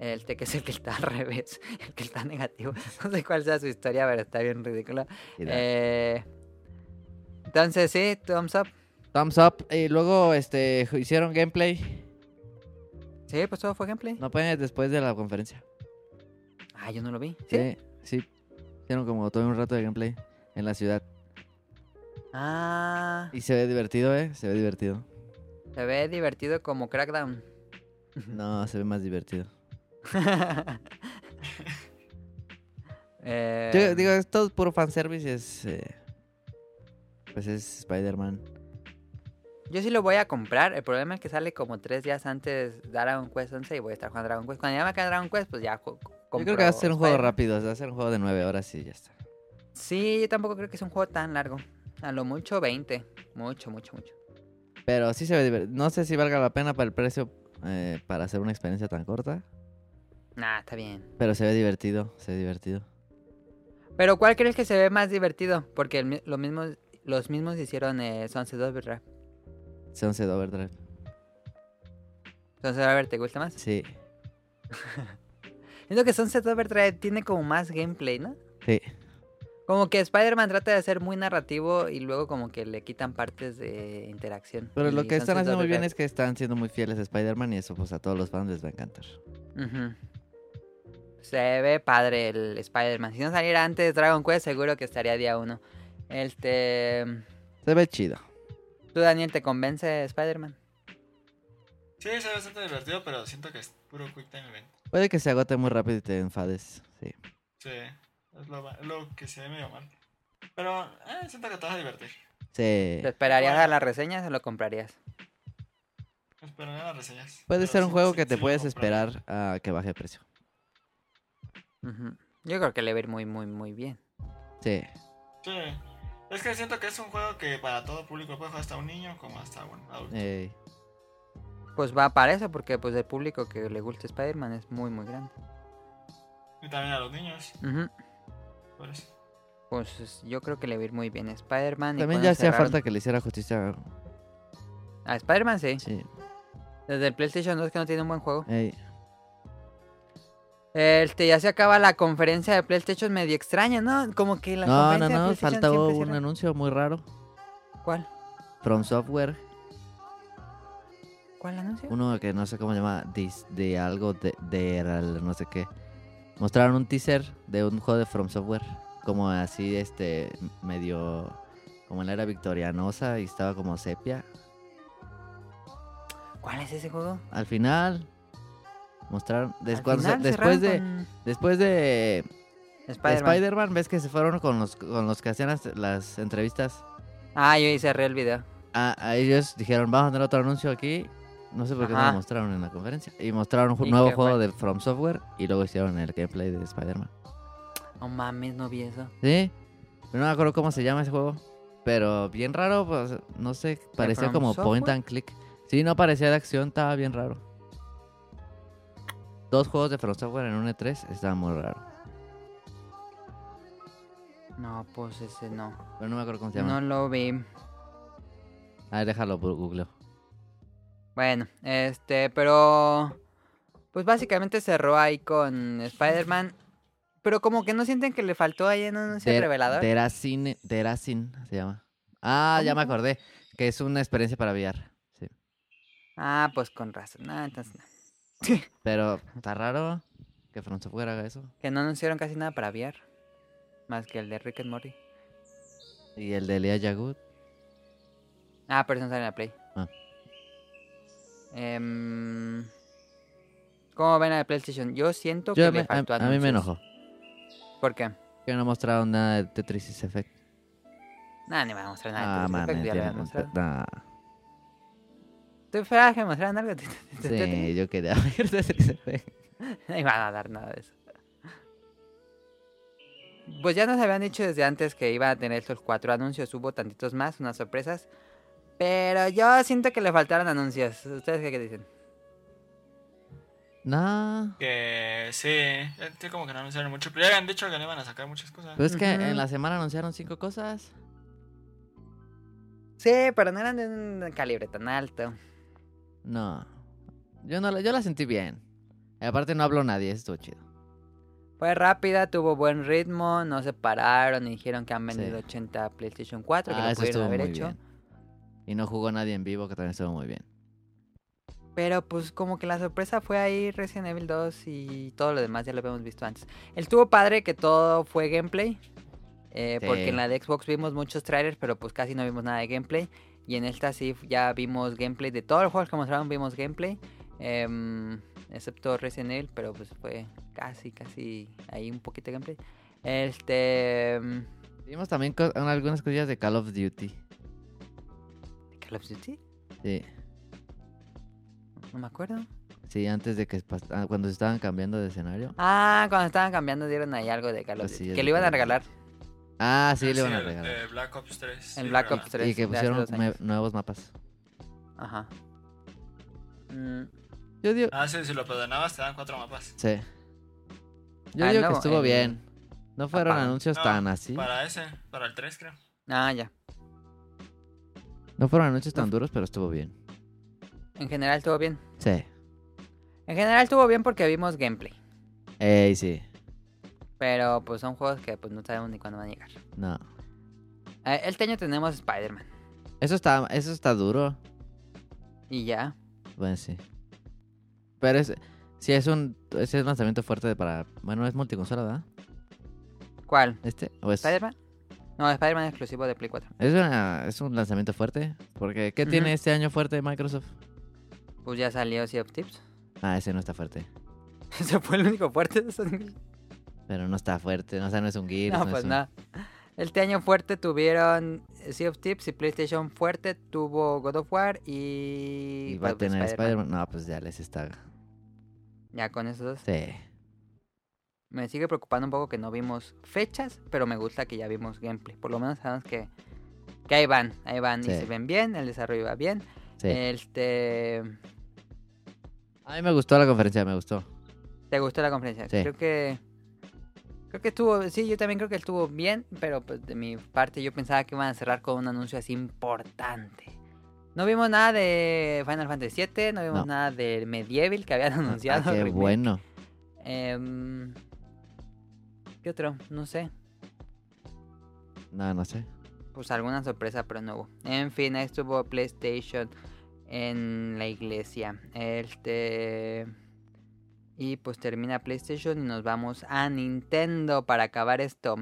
A: El te- que es el que está al revés, el que está negativo. No sé cuál sea su historia, pero está bien ridícula.
B: Y da-
A: Eh, entonces, sí, thumbs up.
B: Thumbs up. Y luego este hicieron gameplay.
A: Sí, pues todo fue gameplay.
B: No pueden después de la conferencia.
A: Ah, yo no lo vi. ¿Sí?
B: Sí, sí. Hicieron como todo un rato de gameplay en la ciudad.
A: Ah,
B: Y se ve divertido, eh. Se ve divertido.
A: se ve divertido como Crackdown.
B: No, se ve más divertido.
A: Eh,
B: Yo digo, esto es puro fanservice. Es, eh, pues es Spider-Man.
A: Yo sí lo voy a comprar. El problema es que sale como tres días antes de Dragon Quest 11 y voy a estar jugando Dragon Quest. Cuando ya me acabe Dragon Quest, pues ya ju- compro.
B: Yo creo que va a ser un juego
A: Spider-Man.
B: rápido. Va a ser un juego de nueve horas y ya está.
A: Sí, yo tampoco creo que sea un juego tan largo. A lo mucho 20. Mucho, mucho, mucho.
B: Pero sí se ve divertido. No sé si valga la pena para el precio eh, para hacer una experiencia tan corta.
A: Nah, está bien.
B: Pero se ve divertido. Se ve divertido.
A: Pero ¿cuál crees que se ve más divertido? Porque el mi- lo mismo- los mismos hicieron eh, Sunset Overdrive.
B: Sunset Overdrive.
A: Sunset Overdrive, ¿te gusta más?
B: Sí.
A: Siento que Sunset Overdrive tiene como más gameplay, ¿no?
B: Sí.
A: Como que Spider-Man trata de ser muy narrativo y luego como que le quitan partes de interacción.
B: Pero lo
A: Y
B: que están
A: Sunset
B: haciendo muy bien
A: Overdrive-
B: es que están siendo muy fieles a Spider-Man y eso pues a todos los fans les va a encantar.
A: Ujú. Se ve padre el Spider-Man. Si no saliera antes Dragon Quest, seguro que estaría día uno. Este.
B: Se ve chido.
A: ¿Tú, Daniel, te convence Spider-Man?
C: Sí, se ve bastante divertido, pero siento que es puro quick time event.
B: Puede que se agote muy rápido y te enfades. Sí.
C: Sí, es lo, ma- es lo que se ve medio mal. Pero eh, siento que te vas a divertir.
B: Sí.
A: ¿Te esperarías
C: Bueno.
A: a las reseñas o lo comprarías?
C: Esperaré las reseñas.
B: Puede
C: Pero
B: ser un
C: sí-
B: juego
C: sí-
B: que te
C: sí lo
B: puedes
C: compraré.
B: esperar a que baje de precio.
A: Ujú. Yo creo que le va a ir muy, muy, muy bien.
B: Sí.
C: Sí. Es que siento que es un juego que para todo público puede jugar hasta un niño como hasta un adulto.
B: Ey.
A: Pues va para eso, porque pues el público que le gusta Spider-Man es muy, muy grande.
C: Y también a los niños,
A: Ujú.
C: por eso.
A: Pues es- yo creo que le va a ir muy bien a Spider-Man. y
B: También
A: pueden
B: ya hacía
A: cerrar-
B: falta que le hiciera justicia.
A: A Spider-Man sí.
B: Sí.
A: Desde el PlayStation 2 que no tiene un buen juego.
B: Ey.
A: Este, ya se acaba la conferencia de PlayStation medio extraña, ¿no? Como que la
B: No, no,
A: conferencia de
B: no.
A: PlayStation
B: Faltaba
A: siempre
B: un
A: cierra-
B: anuncio muy raro.
A: ¿Cuál?
B: From Software.
A: ¿Cuál anuncio?
B: Uno que no sé cómo se llama. dis- de algo de, de al- no sé qué. Mostraron un teaser de un juego de From Software. Como así, este. Medio. Como en la era victorianosa y estaba como sepia.
A: ¿Cuál es ese juego?
B: Al final. Mostraron. des-
A: Al
B: cuando se-
A: final
B: después de.
A: cerraron
B: Después de
A: con Spider-Man.
B: Spider-Man. ves que se fueron con los, con los que hacían las, las entrevistas.
A: ah, yo hice re el video.
B: A, a ellos dijeron, vamos a tener otro anuncio aquí. No sé por qué no
A: Ajá.
B: lo mostraron en la conferencia. Y mostraron un ju-
A: ¿Y
B: nuevo
A: qué
B: juego
A: fue?
B: de From Software y luego hicieron el gameplay de Spider-Man.
A: No mames, no vi eso.
B: ¿Sí? Pero no me acuerdo cómo se llama ese juego. Pero bien raro, pues no sé, parecía
A: From
B: como point
A: Software?
B: and click. Sí, no parecía de acción, estaba bien raro. Dos juegos de From Software en un E3, estaba muy raro.
A: No, pues ese no.
B: Pero no me acuerdo cómo se
A: No
B: llama.
A: lo vi.
B: A ver, déjalo, bu- googleo.
A: Bueno, este, pero. Pues básicamente cerró ahí con Spider-Man. Pero como que no sienten que le faltó ahí en un anuncio
B: Der-
A: revelador.
B: Deracin, Deracin se llama. Ah, ya me acordé. Que es una experiencia para VR. Sí.
A: Ah, pues con razón. No, entonces no.
B: Pero está raro que From Software haga eso.
A: Que no anunciaron casi nada para VR. Más que el de Rick and Morty.
B: Y el de Elia Yagut.
A: Ah, pero eso no sale en la Play.
B: Ah.
A: Em, ¿Cómo ven a la PlayStation? Yo siento
B: Yo
A: que
B: me-
A: le
B: a,
A: faltó
B: a mí me
A: anuncios.
B: enojó.
A: ¿Por qué?
B: Que no mostraron nada de Tetris Effect.
A: Nada, ni me van a mostrar nada.
B: Ah,
A: de Tetris Effect,
B: mames.
A: ya lo
B: ya,
A: habían mostrado.
B: nah.
A: ¿Tú esperabas que me mostraran algo?
B: Sí, yo quería ver Tetris Effect.
A: No iban a dar nada de eso. Pues ya nos habían dicho desde antes que iba a tener estos cuatro anuncios. Hubo tantitos más, unas sorpresas. Pero yo siento que le faltaron anuncios. ¿Ustedes qué, qué dicen?
B: No.
C: Que sí, eh, sí, como que no anunciaron mucho. Pero ya habían dicho que no iban a sacar muchas cosas.
B: Pues es que
A: Ujú.
B: en la semana anunciaron cinco cosas.
A: Sí, pero no eran de un calibre tan alto.
B: No. Yo no la- yo la sentí bien. Y aparte no habló nadie, eso estuvo chido.
A: Fue rápida, tuvo buen ritmo, no se pararon y dijeron que han vendido 80 PlayStation 4, que
B: Ah,
A: lo
B: eso
A: pudieron
B: estuvo
A: haber
B: muy
A: hecho.
B: bien. Y no jugó nadie en vivo, que también estuvo muy bien.
A: Pero pues como que la sorpresa fue ahí Resident Evil 2 y todo lo demás ya lo habíamos visto antes. Estuvo padre que todo fue gameplay. eh,
B: Sí.
A: Porque en la de Xbox vimos muchos trailers, pero pues casi no vimos nada de gameplay. Y en esta sí ya vimos gameplay de todos los juegos que mostraron, vimos gameplay. em, excepto Resident Evil, pero pues fue casi, casi ahí un poquito de gameplay. Este... em,
B: Vimos también co- ah, algunas cosillas de Call of Duty.
A: ¿Call of Duty?
B: Sí,
A: No me acuerdo.
B: sí, antes de que pas- ah, cuando se estaban cambiando de escenario.
A: Ah, cuando estaban cambiando dieron ahí algo de Call of
B: Cosillas
A: Duty.
B: de
A: Que lo iban a
B: Call of
A: regalar.
B: Ah, sí, le van a
C: el
B: regalar.
C: de Black Ops 3.
A: El
C: sí,
A: Black
C: pero
A: Ops
C: no.
A: 3.
B: Y que
A: de hace
B: pusieron
A: dos años.
B: nue- nuevos mapas.
A: Ajá. Mm,
B: Yo digo,
C: Ah, sí, si lo perdonabas te dan cuatro mapas.
B: sí. Yo
A: Ah,
B: digo que
A: no,
B: estuvo
A: el-
B: bien. No fueron
A: Apagón.
B: anuncios
C: No,
B: tan así.
C: Para ese, para el 3 creo.
A: Ah, ya.
B: No fueron anuncios tan duros, pero estuvo bien.
A: En general estuvo bien.
B: Sí.
A: En general estuvo bien porque vimos gameplay.
B: Ey, sí.
A: Pero pues son juegos que pues no sabemos ni cuándo van a llegar.
B: No.
A: Eh, este año tenemos Spider-Man.
B: Eso está, eso está duro.
A: Y ya.
B: Bueno, sí. Pero es, sí es un, ese es un lanzamiento fuerte de para, bueno, es multiconsola, ¿verdad?
A: ¿Cuál?
B: Este, o es, es,
A: ¿Spider-Man? No, Spider-Man es exclusivo de Play 4.
B: una- es un lanzamiento fuerte, porque ¿qué
A: Ujú.
B: tiene este año fuerte Microsoft?
A: Pues ya salió Sea of Tips.
B: Ah, ese no está fuerte.
A: Ese fue el único fuerte de Sony.
B: Pero no está fuerte, o sea, no es un Gears.
A: No,
B: es
A: pues
B: un-
A: nada. Este año fuerte tuvieron Sea of Tips y PlayStation fuerte tuvo God of War y...
B: Y va a
A: pues,
B: tener
A: Spider-Man.
B: Spider-Man. No, pues ya les está.
A: Ya con esos dos.
B: Sí.
A: Me sigue preocupando un poco que no vimos fechas, pero me gusta que ya vimos gameplay. Por lo menos sabemos que, que ahí van, ahí van
B: Sí.
A: y se ven bien, el desarrollo va bien.
B: sí.
A: Este,
B: A mí me gustó la conferencia, me gustó.
A: ¿Te gustó la conferencia?
B: Sí.
A: Creo que creo que estuvo, sí, yo también creo que estuvo bien, pero pues de mi parte yo pensaba que iban a cerrar con un anuncio así importante. No vimos nada de Final Fantasy VII, no vimos
B: No.
A: nada de Medieval que habían
B: Ah,
A: anunciado.
B: qué
A: remake.
B: bueno.
A: Em, ¿Qué otro? No sé.
B: No, no sé.
A: pues alguna sorpresa, pero no hubo. En fin, ahí estuvo PlayStation en la iglesia. Este. Y pues termina PlayStation y nos vamos a Nintendo para acabar esto.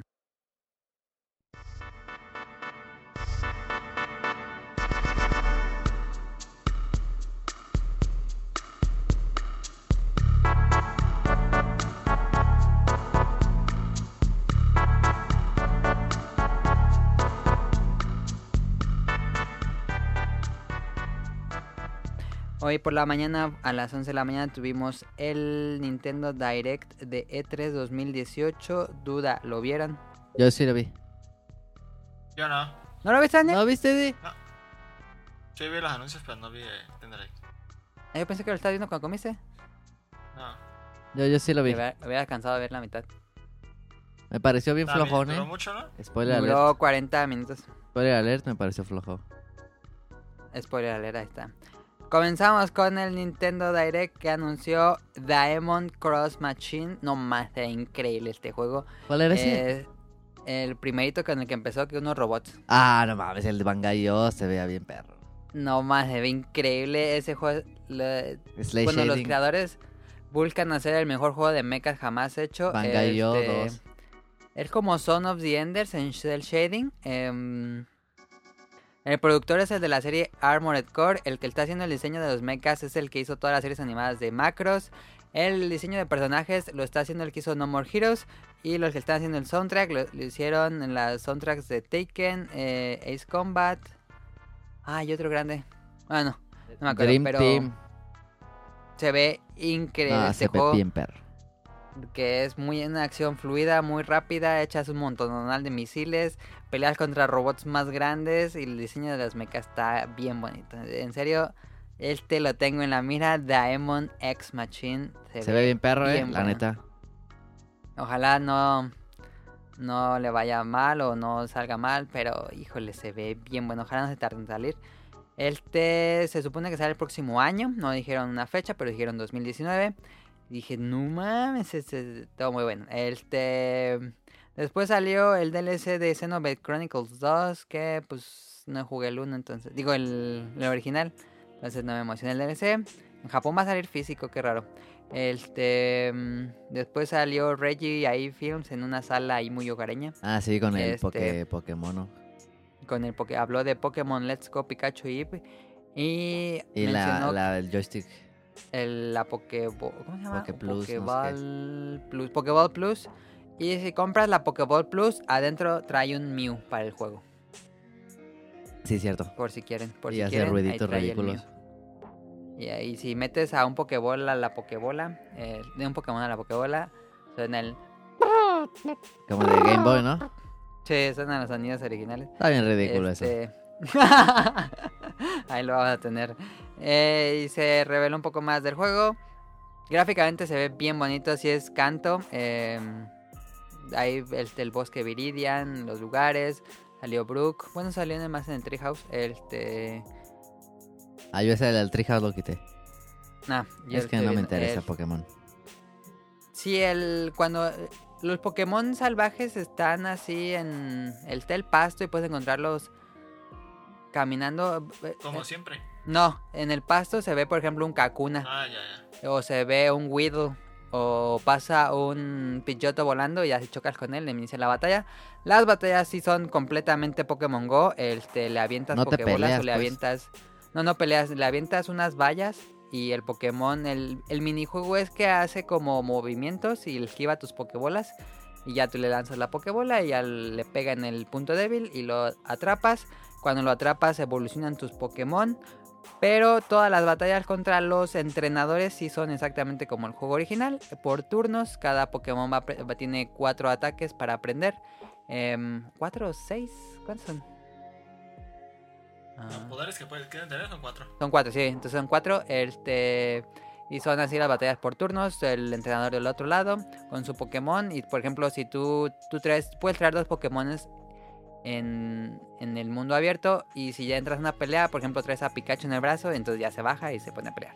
A: Hoy por la mañana, a las 11 de la mañana, tuvimos el Nintendo Direct de E E3 2018. Duda, ¿lo vieron?
B: Yo sí lo vi.
C: Yo no.
A: ¿No lo viste, Daniel?
B: ¿No viste, Di?
C: Sí vi los anuncios, pero no vi eh, tendré.
A: Ah, Yo pensé que lo estabas viendo cuando comiste.
C: No.
B: Yo, yo sí lo vi.
A: Hubiera, hubiera alcanzado a ver la mitad.
B: Me pareció bien
C: Ah, mira,
B: flojón,
C: duró
B: ¿eh?
C: mucho, ¿no?
B: Spoiler alert.
A: Duró 40 minutos.
B: Spoiler alert, me pareció flojo.
A: Spoiler alert, ahí está. Comenzamos con el Nintendo Direct que anunció Diamond Cross Machine. No más, era increíble este juego.
B: ¿Cuál era ese?
A: Eh, el primerito con el que empezó, que unos robots.
B: Ah, no mames, el de Bangai Yo se veía bien perro.
A: No más, se ve increíble ese juego. le-
B: Slay
A: Bueno, los
B: Shading,
A: creadores buscan hacer el mejor juego de mechas jamás hecho.
B: Bangai Yo
A: este,
B: 2.
A: Es como Son of the Enders en Cell Shading. em, el productor es el de la serie Armored Core. El que está haciendo el diseño de los mechas es el que hizo todas las series animadas de Macros. El diseño de personajes lo está haciendo el que hizo No More Heroes. Y los que están haciendo el soundtrack lo, lo hicieron en las soundtracks de Taken, eh, Ace Combat. Ah, y otro grande. Bueno, no me acuerdo,
B: Dream
A: pero
B: Team.
A: se ve increíble
B: Ah,
A: este
B: se ve
A: juego
B: bien perro.
A: que es muy una acción fluida, muy rápida, echas un montón de misiles, peleas contra robots más grandes y el diseño de las mechas está bien bonito. En serio, este lo tengo en la mira, Daemon X Machine.
B: Se, ve bien perro, eh,
A: bien
B: la
A: bueno.
B: neta.
A: Ojalá no, no le vaya mal o no salga mal, pero híjole, se ve bien bueno. Ojalá no se tarde en salir. Este se supone que sale el próximo año. No dijeron una fecha, pero dijeron 2019. Dije, no mames, este, todo muy bueno. Este. Después salió el DLC de Xenoblade Chronicles 2, que pues no jugué el 1, entonces. Digo, el, el original. Entonces no me emociona el DLC. En Japón va a salir físico, qué raro. Este. mm, Después salió Reggie ahí Films en una sala ahí muy hogareña.
B: Ah, sí, con el
A: Este-
B: poke- Pokémono.
A: Con el porque habló de Pokémon Let's Go Pikachu y. Eevee, Y,
B: Y la,
A: mencionó
B: la, el joystick.
A: el, la Pokéball. ¿Cómo se llama?
B: Poké Plus, no sé qué.
A: Pokéball Plus. Pokéball Plus. Y si compras la Pokéball Plus, adentro trae un Mew para el juego.
B: Sí, cierto.
A: Por si quieren. Por
B: y
A: si
B: hace
A: quieren, ahí
B: ruiditos
A: trae el
B: ridículos.
A: mío. Y ahí si metes a un Pokébola a la Pokébola, eh, de un Pokémon a la Pokébola, suena el.
B: Como de Game Boy, ¿no?
A: Che, suenan los sonidos originales.
B: Está bien ridículo eso.
A: Este, Ahí lo vas a tener. Eh, y se reveló un poco más del juego. Gráficamente se ve bien bonito, así es canto. Eh, ahí el, el bosque Viridian, los lugares. Salió Brook. Bueno, salió nada más en el Treehouse. Este.
B: Ah, yo ese del Treehouse lo quité.
A: Ah, yo
B: es que
A: estoy
B: no me
A: viendo.
B: interesa
A: El-
B: Pokémon.
A: Sí, el cuando eh, los Pokémon salvajes están así en el está el pasto y puedes encontrarlos caminando. eh,
C: Como
A: eh,
C: siempre.
A: No, en el pasto se ve por ejemplo un Kakuna
C: Ah, ya, ya.
A: o se ve un Weedle o pasa un Pidgeotto volando y así chocas con él, le inicia la batalla. Las batallas sí son completamente Pokémon Go, este le avientas
B: No te
A: Pokébolas
B: peleas,
A: o le
B: pues.
A: avientas No, no peleas, le avientas unas vallas y el Pokémon, el, el minijuego es que hace como movimientos y esquiva tus Pokébolas. Y ya tú le lanzas la Pokébola y ya le pega en el punto débil y lo atrapas. Cuando lo atrapas evolucionan tus Pokémon. Pero todas las batallas contra los entrenadores sí son exactamente como el juego original. Por turnos, cada Pokémon va, apre- va- tiene cuatro ataques para aprender. Em, ¿Cuatro o seis? ¿Cuántos son?
C: Los
A: Ah.
C: poderes que pueden quieren tener son cuatro.
A: Son cuatro, sí, entonces son cuatro. Este. Y son así las batallas por turnos, el entrenador del otro lado, con su Pokémon. Y por ejemplo, si tú, tú traes, puedes traer dos Pokémones en, en el mundo abierto. Y si ya entras a una pelea, por ejemplo, traes a Pikachu en el brazo, entonces ya se baja y se pone a pelear.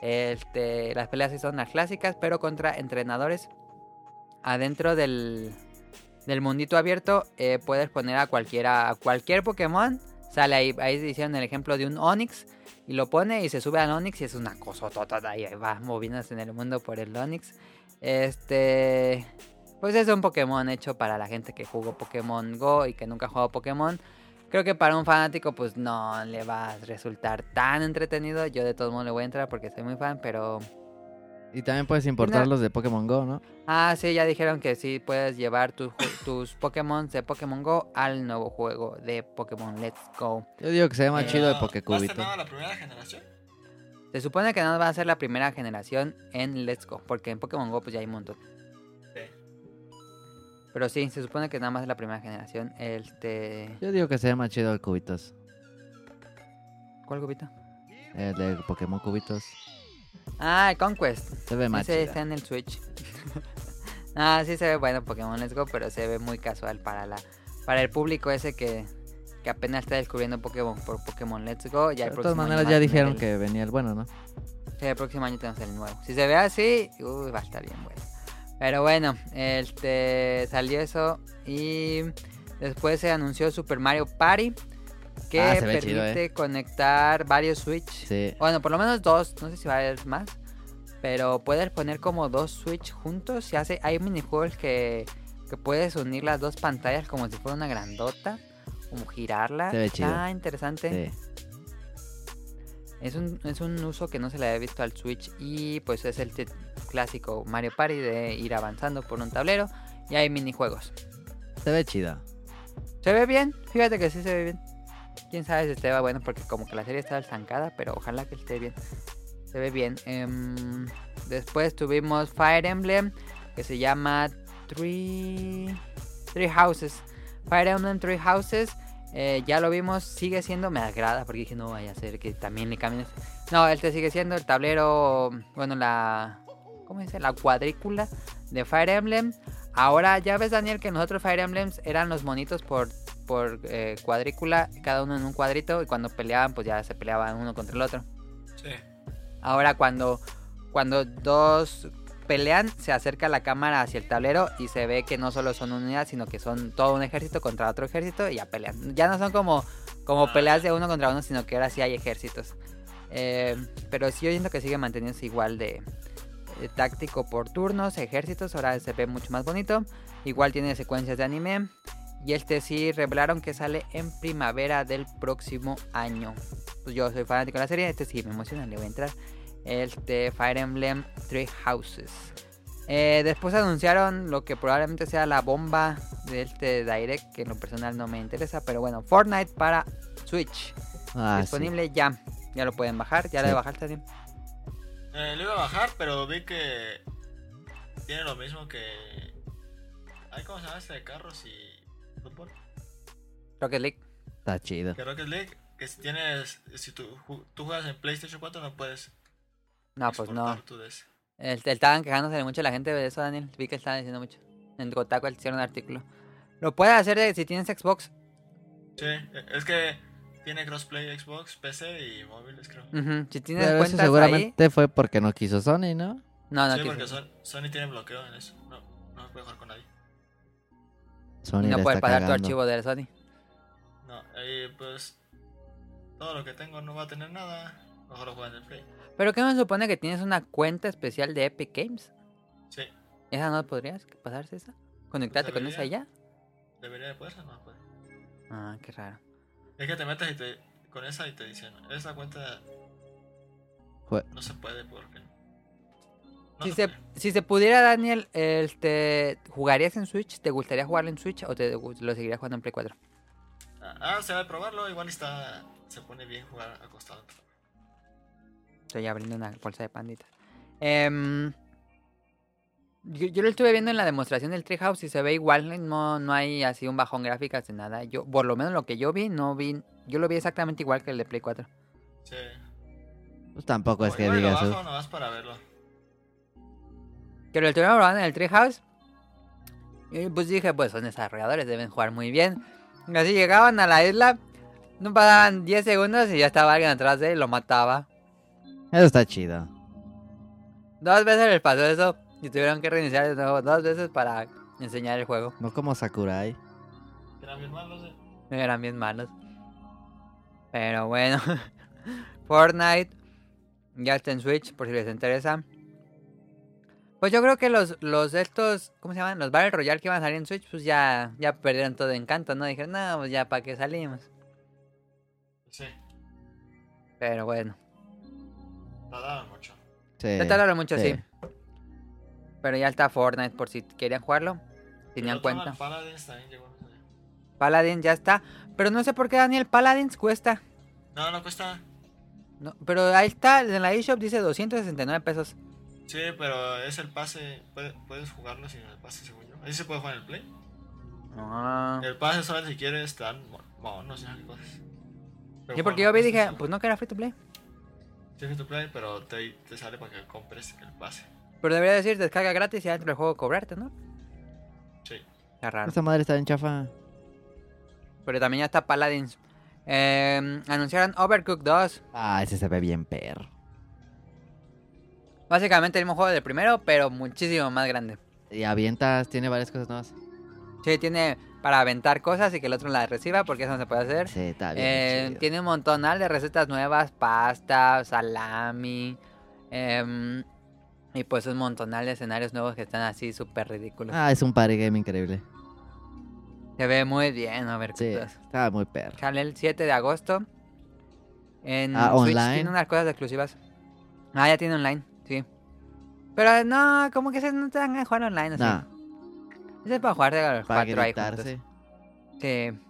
A: Este, las peleas sí son las clásicas, pero contra entrenadores. Adentro del, del mundito abierto, eh, puedes poner a cualquiera, a cualquier Pokémon. Sale ahí, ahí hicieron el ejemplo de un Onix. Y lo pone y se sube al Onix y es una cosa y ahí va moviéndose en el mundo por el Onix. Este. Pues es un Pokémon hecho para la gente que jugó Pokémon Go y que nunca ha jugado Pokémon. Creo que para un fanático, pues no le va a resultar tan entretenido. Yo de todos modos le voy a entrar porque soy muy fan, pero.
B: Y también puedes importar los de Pokémon Go, ¿no?
A: Ah, sí, ya dijeron que sí puedes llevar tus ju- tus Pokémon de Pokémon Go al nuevo juego de Pokémon Let's Go.
B: Yo digo que se
A: Eh,
B: llama
C: Pero,
B: Ah, chido de
C: ¿no has
B: Pokécubito.
C: terminado la primera generación?
A: Se supone que nada va a ser la primera generación en Let's Go, porque en Pokémon Go pues ya hay un montón.
C: Sí.
A: Pero sí, se supone que nada más es la primera generación. Este.
B: Yo digo que se llama chido de Cubitos.
A: ¿Cuál cubito?
B: El de Pokémon Cubitos.
A: Ah, el Conquest.
B: Se ve más
A: Ese
B: chido.
A: está en el Switch. ah, sí se ve bueno Pokémon Let's Go, pero se ve muy casual para la. Para el público ese que, que apenas está descubriendo Pokémon por Pokémon Let's Go. Ya el
B: De todas
A: próximo año
B: maneras
A: va a
B: ya
A: tener
B: dijeron
A: el-
B: que venía el bueno, ¿no?
A: Sí, el próximo año tenemos el nuevo. Si se ve así, uy, va a estar bien bueno. Pero bueno, este salió eso y después se anunció Super Mario Party que
B: Ah, se ve
A: permite
B: chido,
A: conectar varios Switch.
B: Sí.
A: Bueno, por lo menos dos, no sé si va a haber más, pero puedes poner como dos Switch juntos y hace hay minijuegos que que puedes unir las dos pantallas como si fuera una grandota, como girarla.
B: Se ve chido.
A: Está interesante.
B: Sí.
A: Es un, es un uso que no se le había visto al Switch y pues es el tit- clásico Mario Party de ir avanzando por un tablero y hay minijuegos.
B: Se ve chido.
A: ¿Se ve bien? Fíjate que sí se ve bien. Quién sabe si esté bueno porque como que la serie está estancada, pero ojalá que esté bien. Se ve bien. Em, después tuvimos Fire Emblem que se llama Three, Three Houses. Fire Emblem Three Houses. eh, ya lo vimos, sigue siendo, me agrada porque dije no vaya a ser que también le cambien. No, este sigue siendo el tablero, bueno, la, ¿cómo se dice? La cuadrícula de Fire Emblem. Ahora ya ves, Daniel, que nosotros Fire Emblems eran los monitos por, por eh, cuadrícula, cada uno en un cuadrito, y cuando peleaban, pues ya se peleaban uno contra el otro.
C: Sí.
A: Ahora cuando, cuando dos pelean, se acerca la cámara hacia el tablero y se ve que no solo son una unidad, sino que son todo un ejército contra otro ejército y ya pelean. Ya no son como, como
C: Ah,
A: peleas de uno contra uno, sino que ahora sí hay ejércitos. Eh, pero sí yo siento que sigue manteniéndose igual de, eh, táctico por turnos, ejércitos, ahora se ve mucho más bonito. Igual tiene secuencias de anime. Y este sí revelaron que sale en primavera del próximo año. Pues yo soy fanático de la serie, este sí me emociona, le voy a entrar. Este Fire Emblem Three Houses. Eh, después anunciaron lo que probablemente sea la bomba de este Direct, que en lo personal no me interesa, pero bueno, Fortnite para Switch.
B: Ah, sí.
A: disponible ya. Ya lo pueden bajar, ya lo
B: Sí.
A: bajaste Daniel?
C: Eh, lo iba a bajar, pero vi que tiene lo mismo que. Ay, ¿Cómo se llama este de carros y fútbol?
A: Rocket League.
B: Está chido.
C: Que Rocket League, que si tienes. Si tú, ju- tú juegas en PlayStation 4, no puedes.
A: No, pues no.
C: exportar tu DS.
A: Este, estaban quejándose mucho la gente de eso, Daniel. Vi que estaban diciendo mucho. En Kotaku hicieron un artículo. Lo puedes hacer de- si tienes Xbox.
C: Sí, eh, es que tiene crossplay Xbox, PC y móviles, creo.
A: Ujú, Si tienes
B: Pero eso
A: cuentas ahí.
B: seguramente fue porque no quiso Sony, ¿no?
A: No, no,
C: sí,
A: quiso.
C: porque Son- Sony tiene bloqueo en eso. No, no se puede jugar con nadie.
B: Sony
A: Y no
B: la
A: puedes
B: está
A: pasar tu
B: cagando.
A: archivo de Sony.
C: No, y pues. Todo lo que tengo no va a tener nada. Mejor lo juegan en el Play.
A: Pero que no se supone que tienes una cuenta especial de Epic Games.
C: Sí,
A: ¿Esa no podrías pasarse esa? ¿Conectarte con esa y ya?
C: debería de poderse, no puede.
A: Ah, qué raro.
C: Es que te metes y te, con esa y te dicen, esa cuenta
B: Jue-
C: no se puede porque... No
A: Si
C: se
A: se,
C: puede.
A: si se pudiera, Daniel, este, ¿jugarías en Switch? ¿Te gustaría jugarlo en Switch o te gu- lo seguirías jugando en Play 4?
C: Ah, ah, se va a probarlo, igual está... Se pone bien jugar acostado.
A: Estoy abriendo una bolsa de pandita. Em, yo, yo lo estuve viendo en la demostración del Treehouse y se ve igual, no, no hay así un bajón gráficas de nada. Yo, por lo menos lo que yo vi, no vi, yo lo vi exactamente igual que el de Play 4.
C: Sí.
B: Pues tampoco es
C: O-
B: que
C: igual lo
B: digas. ¿eh?
C: bajo
B: "Uf".
C: nomás para verlo.
A: Que lo estuvieron probando en el Treehouse. Y pues dije, pues son desarrolladores, deben jugar muy bien. Y así llegaban a la isla, no pasaban 10 segundos y ya estaba alguien atrás de él y lo mataba.
B: Eso está chido.
A: Dos veces les pasó eso y tuvieron que reiniciar de nuevo dos veces para enseñar el juego.
B: No como Sakurai.
C: Eran bien malos, eh.
A: Eran bien malos. Pero bueno. Fortnite. Ya está en Switch, por si les interesa. Pues yo creo que los, los de estos, ¿cómo se llaman? Los Battle Royale que iban a salir en Switch, pues ya, ya perdieron todo encanto, ¿no? Dijeron, no, pues ya para qué salimos.
C: Sí,
A: Pero bueno.
C: tardaron mucho.
B: Sí.
A: Ya tardaron mucho,
B: Eh, sí.
A: sí. Pero ya está Fortnite, por si querían jugarlo. Tenían
C: El otro,
A: cuenta.
C: el Paladins también llegó, no sé.
A: Paladins ya está. Pero no sé por qué Daniel Paladins cuesta.
C: No, no cuesta.
A: No, pero ahí está, en la eShop dice 269 pesos.
C: Sí, pero es el pase, puede- puedes jugarlo sin el pase, según yo. Ahí se puede jugar en el play.
A: Ah.
C: El pase solo si quieres te dan mon- monos y esas cosas. Pero
A: Sí, porque
C: jugarlo
A: yo vi y
C: cuesta,
A: dije,
C: sí.
A: pues no que era free to play.
C: Tienes tu play, pero te, te sale para que compres el pase.
A: Pero debería decir descarga gratis y adentro del juego cobrarte, ¿no?
C: Sí.
A: Está raro.
B: Esta madre está en chafa.
A: Pero también ya está Paladins. Eh, anunciaron Overcooked 2.
B: Ah, ese se ve bien perro.
A: Básicamente el mismo juego del primero, pero muchísimo más grande.
B: Y avientas, tiene varias cosas nuevas.
A: Sí, tiene para aventar cosas y que el otro la reciba, porque eso no se puede hacer.
B: Sí, está bien.
A: Eh,
B: chido.
A: tiene un montonal de recetas nuevas, pasta, salami. em, y pues un montonal de escenarios nuevos que están así súper ridículos.
B: Ah, es un party game increíble.
A: Se ve muy bien, a ver
B: Sí, está muy perro.
A: Sale el 7 de agosto. En
B: Ah,
A: Switch
B: online.
A: tiene unas cosas exclusivas. Ah, ya tiene online, sí. Pero no, como que se no te dan a jugar online, así.
B: Nah,
A: Ese es para jugar de los
B: para
A: cuatro ahí juntos.
B: gritarse.
A: Sí.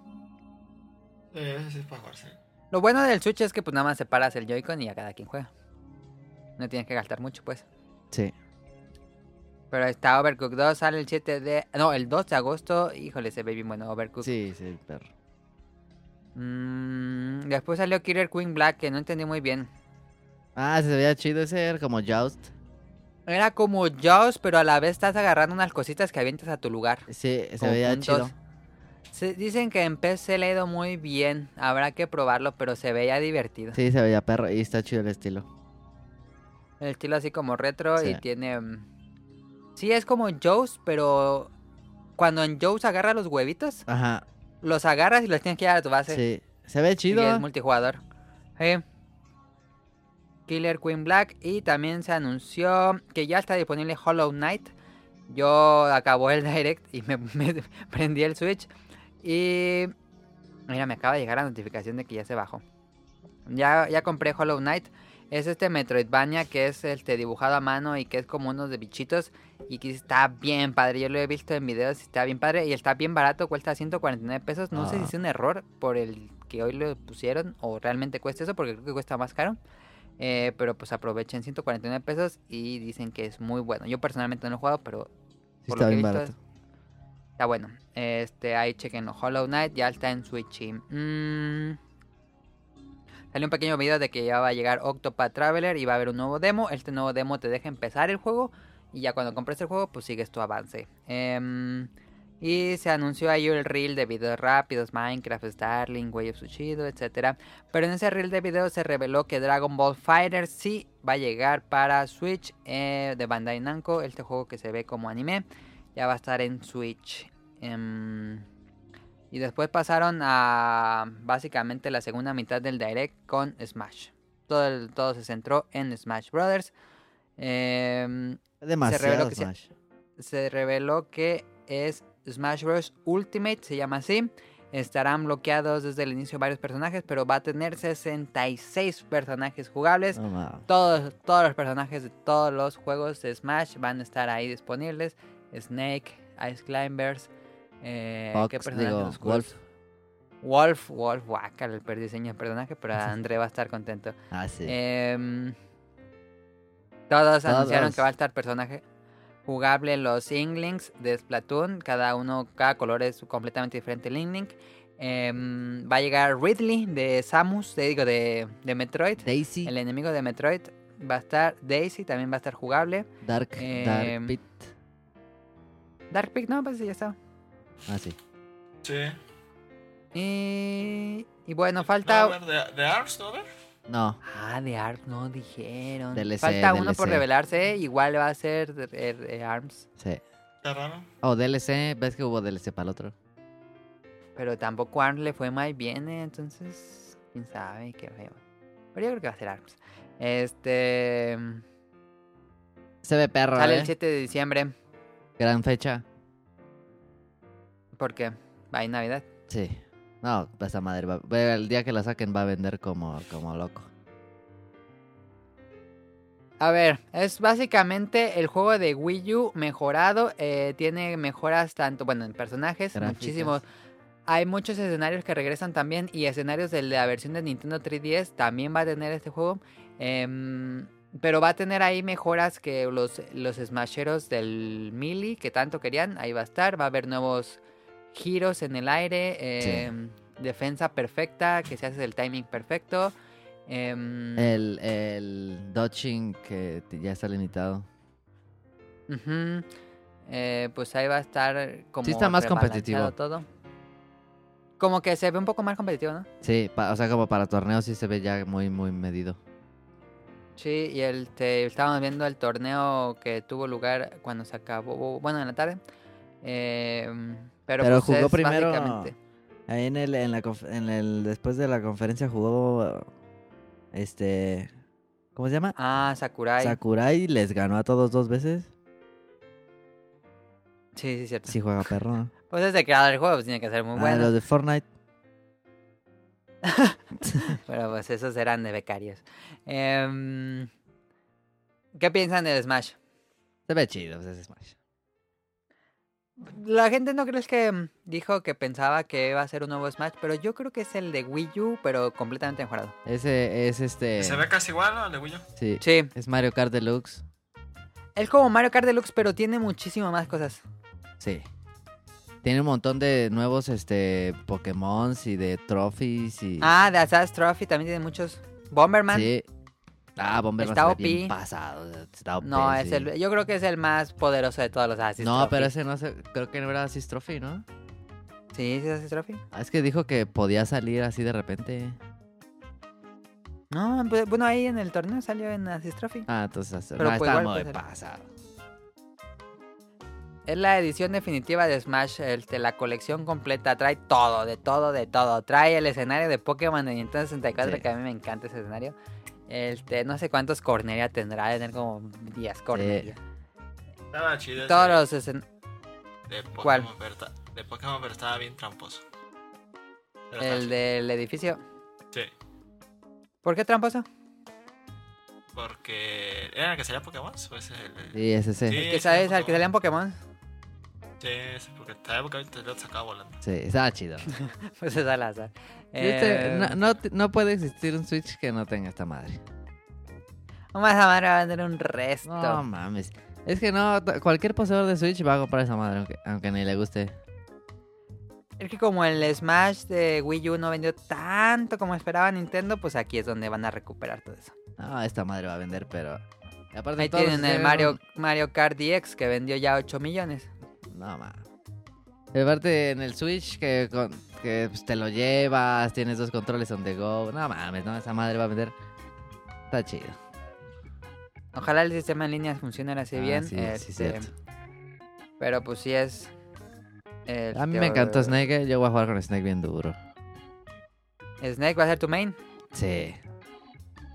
C: Eh, eso sí es para jugarse.
A: Lo bueno del Switch es que pues nada más separas el Joy-Con y a cada quien juega. No tienes que gastar mucho, pues.
B: Sí.
A: Pero está Overcooked 2, sale el 7 de... No, el 2 de agosto. Híjole, se ve bien bueno Overcooked.
B: Sí, sí, perro.
A: Mm, después salió Killer Queen Black, que no entendí muy bien.
B: Ah, se veía chido ese, era como Joust.
A: Era como Jaws, pero a la vez estás agarrando unas cositas que avientas a tu lugar.
B: Sí, se
A: como
B: veía
A: puntos.
B: chido.
A: Se- dicen que en PC le ha ido muy bien. Habrá que probarlo, pero se veía divertido.
B: Sí, se veía perro y está chido el estilo.
A: El estilo así como retro y
B: Sí.
A: tiene... mm, Sí, es como Jaws, pero... Cuando en Jaws agarras los huevitos,
B: Ajá,
A: los agarras y los tienes que llevar a tu base.
B: sí. Se ve
A: Y
B: chido.
A: es multijugador. Sí. Killer Queen Black. Y también se anunció que ya está disponible Hollow Knight. Yo acabó el direct y me, me prendí el Switch. Y. Mira, me acaba de llegar la notificación de que ya se bajó. Ya, ya compré Hollow Knight. Es este Metroidvania que es este dibujado a mano y que es como unos de bichitos. Y que está bien padre. Yo lo he visto en videos y está bien padre. Y está bien barato, cuesta 149 pesos. No sé si
B: Ah.
A: es un error por el que hoy lo pusieron o realmente cuesta eso porque creo que cuesta más caro. Eh, pero pues aprovechen 149 pesos y dicen que es muy bueno. Yo personalmente no lo he jugado, pero
B: Sí,
A: por
B: está
A: lo que he
B: bien
A: visto,
B: barato.
A: Está bueno. Este, ahí chequenlo. Hollow Knight ya está en Switch. y, mm, Salió un pequeño video de que ya va a llegar Octopath Traveler y va a haber un nuevo demo. Este nuevo demo te deja empezar el juego. Y ya cuando compres el juego, pues sigues tu avance. Em, y se anunció ahí el reel de videos rápidos, Minecraft, Starling, Way of Tsushima, etc. Pero en ese reel de videos se reveló que Dragon Ball Fighter sí va a llegar para Switch eh, de Bandai Namco. Este juego que se ve como anime ya va a estar en Switch. Em, y después pasaron a básicamente la segunda mitad del direct con Smash. Todo, el- todo se centró en Smash Brothers. Em,
B: Demasiado
A: que se-
B: Smash.
A: se reveló que es Smash Bros. Ultimate, se llama así. Estarán bloqueados desde el inicio varios personajes, pero va a tener 66 personajes jugables.
B: No, mames.
A: Todos, todos los personajes de todos los juegos de Smash van a estar ahí disponibles. Snake, Ice Climbers, eh,
B: Fox,
A: ¿qué personajes
B: digo,
A: oscuros? Wolf, Wolf, guácala, el per- diseño del personaje, pero André va a estar contento.
B: Ah, sí.
A: Em, todos, anunciaron
B: Todos.
A: que va a estar personaje jugable los Inglings de Splatoon. Cada uno, cada color es completamente diferente el Ingling. Em, va a llegar Ridley de Samus, de, digo, de, de Metroid.
B: Daisy,
A: El enemigo de Metroid. Va a estar Daisy, también va a estar jugable.
B: Dark,
A: em,
B: Dark Pit.
A: Dark Pig, no, pues ya está.
B: Ah, sí.
C: Sí.
A: Y, y bueno,
C: No,
A: falta...
C: a ver, de, de Arms, ¿no? A ver.
B: No,
A: Ah, de ARMS no dijeron.
B: DLC,
A: Falta uno por
B: DLC.
A: revelarse, igual va a ser eh, eh, ARMS.
B: sí.
C: Está raro.
B: Oh, DLC, ves que hubo DLC para el otro.
A: Pero tampoco ARMS le fue muy bien, eh, entonces. Quién sabe qué feo. Pero yo creo que va a ser ARMS. Este.
B: Se ve perro,
A: Sale
B: ¿eh?
A: el 7 de diciembre.
B: Gran fecha.
A: Porque va en Navidad.
B: Sí. No, esta madre va... ve, El día que la saquen va a vender como, como loco.
A: A ver, es básicamente el juego de Wii U mejorado. eh, tiene mejoras tanto, bueno, en personajes,
B: Gráficas.
A: muchísimos. Hay muchos escenarios que regresan también y escenarios de la versión de Nintendo 3DS también va a tener este juego. em, pero va a tener ahí mejoras que los, los smasheros del Melee que tanto querían, ahí va a estar. Va a haber nuevos giros en el aire,
B: Sí.
A: em, defensa perfecta, que se hace el timing perfecto. em,
B: El, el dodging que te- ya está limitado.
A: Ujú. Eh, pues ahí va a estar como
B: Sí está más
A: rebalanceado
B: competitivo.
A: todo. Como que se ve un poco más competitivo, ¿no?
B: Sí, pa- o sea, como para torneos sí se ve ya muy, muy medido.
A: Sí, y el, te, estábamos viendo el torneo que tuvo lugar cuando se acabó, bueno, en la tarde. Eh, pero
D: Pero,
A: pues,
D: jugó
A: es
D: primero.
A: básicamente-
D: Ahí en el, en la conf- en el- después de la conferencia jugó este ¿cómo se llama?
A: Ah, Sakurai.
D: Sakurai les ganó a todos dos veces.
A: sí, sí, cierto.
D: Sí juega perro. ¿no?
A: Pues es el creador del juego, pues, tiene que ser muy
D: Ah,
A: bueno.
D: los de Fortnite.
A: Pero pues esos eran de becarios. Em, ¿Qué piensan del Smash?
D: Se ve chido
A: pues,
D: ese Smash.
A: La gente no crees que mm, dijo que pensaba que iba a ser un nuevo Smash, pero yo creo que es el de Wii U, pero completamente mejorado.
B: Ese es este.
C: Se ve casi igual ¿no? al de Wii U.
B: Sí.
A: Sí,
B: Es Mario Kart Deluxe.
A: es como Mario Kart Deluxe, pero tiene muchísimas más cosas.
B: Sí. Tiene un montón de nuevos este Pokémon y de trophies y.
A: Ah, de Assassin's Trophy también tiene muchos. Bomberman.
B: Sí. Ah, Bomberman
A: Está
B: se ve bien
A: OP.
B: pasado. Está OP,
A: No, es
B: sí.
A: el, yo creo que es el más poderoso de todos los Assassin's
B: No,
A: Trophy.
B: pero ese no se. Creo que no era así Trophy, ¿no?
A: Sí, sí, es Assassin's Trophy.
B: Ah, es que dijo que podía salir así de repente.
A: No, pues, bueno, ahí en el torneo salió en Assassin's Trophy.
B: Ah, entonces.
A: Pero
B: no,
A: pues
B: está
A: igual
B: muy
A: puede salir.
B: pasado.
A: Es la edición definitiva de Smash, este, la colección completa. Trae todo, de todo, de todo. Trae el escenario de Pokémon de Nintendo 64,
B: Sí.
A: que a mí me encanta ese escenario. Este, no sé cuántos corneria tendrá, de tener como 10 corneria.
C: Estaba chido. ese
A: Todos los escen-
C: De Pokémon,
A: ¿Cuál?
C: Pero, ta- de Pokémon, pero estaba bien tramposo. Pero estaba
A: el del edificio.
C: chido. Sí.
A: ¿Por qué tramposo?
C: Porque. ¿Era el que salía Pokémon? ¿O ese es el.?
B: Sí, ese sí.
C: Sí.
B: Sí,
A: ¿Que
C: ese era
A: sabes al que
C: Pokémon.
A: salían Pokémon?
C: Sí, sí, porque salía Pokémon y te lo sacaba volando.
B: estaba chido.
A: Pues es al azar.
B: Este,
A: Eh,
B: no, no te- no puede existir un Switch que no tenga esta madre.
A: Más a madre va a vender un resto.
B: No mames. Es que no, t- cualquier poseedor de Switch va a comprar esa madre, aunque, aunque ni le guste.
A: Es que como el Smash de Wii U no vendió tanto como esperaba Nintendo, pues aquí es donde van a recuperar todo eso.
B: No, esta madre va a vender, pero. y Aparte
A: Ahí
B: todos los
A: tienen
B: que
A: el
B: tienen
A: Mario, Mario Kart DX que vendió ya 8 millones.
B: un- No mames. Y Aparte en el Switch que, con- que pues, te lo llevas, tienes dos controles on the go. No mames, no, esa madre va a vender. Está chido.
A: Ojalá el sistema en línea funcionara así
B: Ah,
A: bien. este,
B: sí, sí, cierto.
A: Pero pues sí es.
B: A mí
A: este,
B: me encantó Snake, eh, yo voy a jugar con Snake bien duro.
A: Snake va a ser tu main.
B: Sí.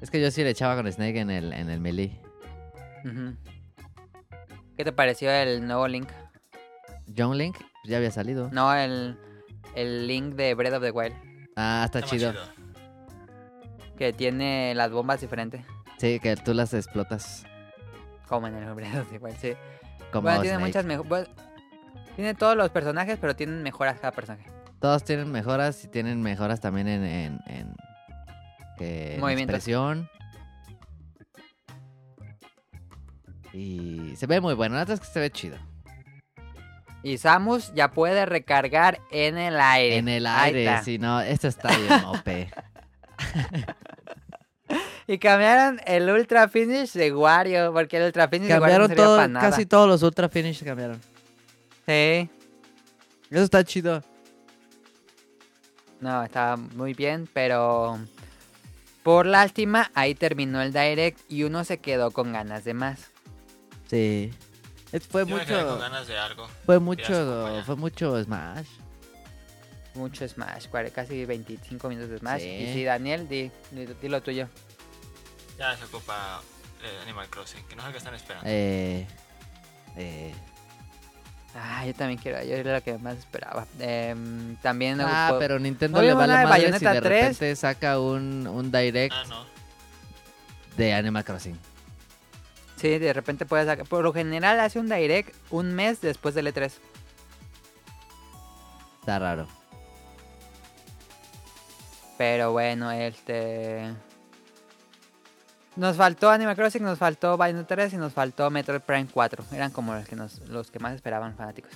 B: Es que yo sí le echaba con Snake en el, en el melee.
A: Ujú. ¿Qué te pareció el nuevo Link?
B: John Link pues, ya había salido.
A: No, el, el Link de Breath of the Wild.
B: Ah, está,
C: más
B: chido.
A: Que tiene las bombas diferentes.
B: Sí, que tú las explotas.
A: Como en el Breath of the Wild, sí.
B: Como
A: bueno, tiene
B: Snake.
A: muchas mejoras. tiene todos los personajes, pero tienen mejoras cada personaje.
B: Todos tienen mejoras y tienen mejoras también en. en, en, que- en
A: Movimientos.
B: expresión. Y se ve muy bueno. La neta es que se ve chido.
A: Y Samus ya puede recargar en el aire.
B: En el
A: Eh, Ahí
B: aire,
A: está.
B: si no, esto está bien OP.
A: Y cambiaron el Ultra Finish de Wario, porque el Ultra Finish
D: Cambiaron
A: de Wario no servía para
D: todo,
A: nada.
D: casi todos los Ultra Finish cambiaron.
A: Sí.
D: Eso está chido.
A: No, estaba muy bien, pero... Por lástima, ahí terminó el Direct y uno se quedó con ganas de más.
D: Sí. Es- fue
C: Yo me quedé con
D: mucho
C: ganas de algo.
D: fue
C: acompaña.
D: mucho fue mucho Smash.
A: Mucho Smash, cuare- casi 25 minutos de Smash.
B: Sí.
A: Y sí, Daniel, di, di- di lo tuyo.
C: Ya se ocupa eh, Animal Crossing, que no sé qué están esperando.
B: Eh, eh.
A: Ah, yo también quiero, yo era lo que más esperaba. Em, también...
B: Ah,
A: ocupó-
B: pero Nintendo
A: Oye,
B: le vale
A: una de
B: madre si
A: Bayonetta
B: de
A: 3.
B: repente saca un, un direct
C: Ah, no.
B: de Animal Crossing.
A: Sí, de repente puedes sacar... Por lo general hace un Direct un mes después del E E3.
B: Está raro.
A: Pero bueno, este. Nos faltó Animal Crossing, nos faltó Bayonetta 3 y nos faltó Metroid Prime 4. Eran como los que nos, los que más esperaban fanáticos.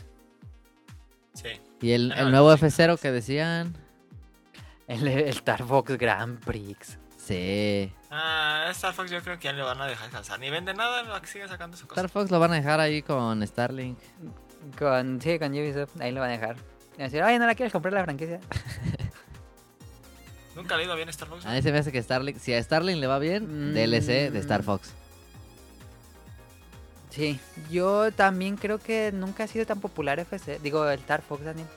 C: Sí.
B: Y el,
C: Animal
B: el nuevo
C: Crossing.
B: F0 que decían.
A: El, el Star Fox Grand Prix.
B: Sí.
C: Ah, Star Fox yo creo que ya le van a dejar descansar. Ni vende nada, no, que sigue sacando su cosa.
B: Star Fox lo van a dejar ahí con Starlink.
A: Con, sí, con Ubisoft, ahí lo van a dejar. Y van a decir, oye, ¿no la quieres comprar la franquicia?
C: Nunca le ha ido bien a Star Fox.
B: Ah.
E: A mí se me hace que Starlink, si a Starlink le va bien,
A: Mm.
E: DLC de Star Fox.
A: Sí, yo también creo que nunca ha sido tan popular FC, digo el Star Fox Daniel.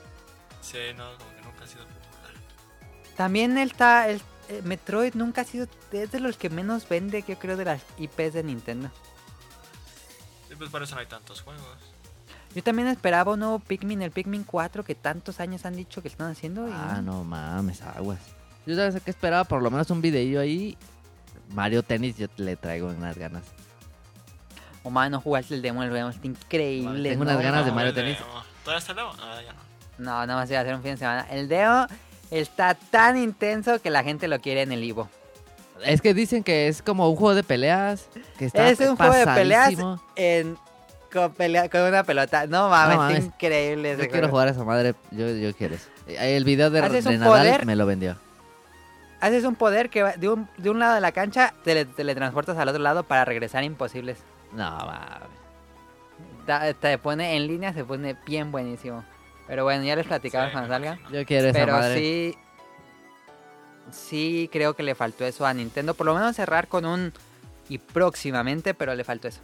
C: Sí, no, como que nunca ha sido popular.
A: También el, ta- el, eh, Metroid nunca ha sido, es de los que menos vende, yo creo, de las IPs de Nintendo.
C: Y pues por eso no hay tantos juegos.
A: Yo también esperaba un nuevo Pikmin, el Pikmin 4, que tantos años han dicho que están haciendo. y-
E: Ah, no mames, aguas. Yo sabes que esperaba por lo menos un videillo ahí. Mario Tennis yo le traigo unas ganas.
A: O más, Oh, no jugaste el demo, el demo está increíble.
E: Tengo
A: ¿no?
E: unas ganas de
C: No,
E: Mario
C: el
E: Tennis.
C: Leo. ¿Todavía está Leo? Ah, ya no.
A: No, nada más iba a ser un fin de semana. El demo está tan intenso que la gente lo quiere en el Ivo.
E: Es que dicen que es como un juego de peleas. Que está
A: Es un juego de peleas.
E: pasadísimo.
A: En, con, pelea- con una pelota. No mames,
E: No mames.
A: está increíble ese
E: Yo quiero
A: juego.
E: jugar a esa madre. Yo, yo quiero eso. Eh, El video de,
A: Haces
E: de
A: un
E: Nadal
A: poder.
E: me lo vendió.
A: Haces un poder que va de un, de un lado de la cancha te le- teletransportas al otro lado para regresar imposibles.
E: No mames.
A: Ta- te pone en línea, se pone bien buenísimo. Pero bueno, ya les platicamos
C: Sí,
A: cuando
C: me
A: salga.
C: imagino.
E: Yo quiero esa
A: Pero
E: madre.
A: sí. Sí, creo que le faltó eso a Nintendo. Por lo menos cerrar con un. Y próximamente, pero le faltó eso.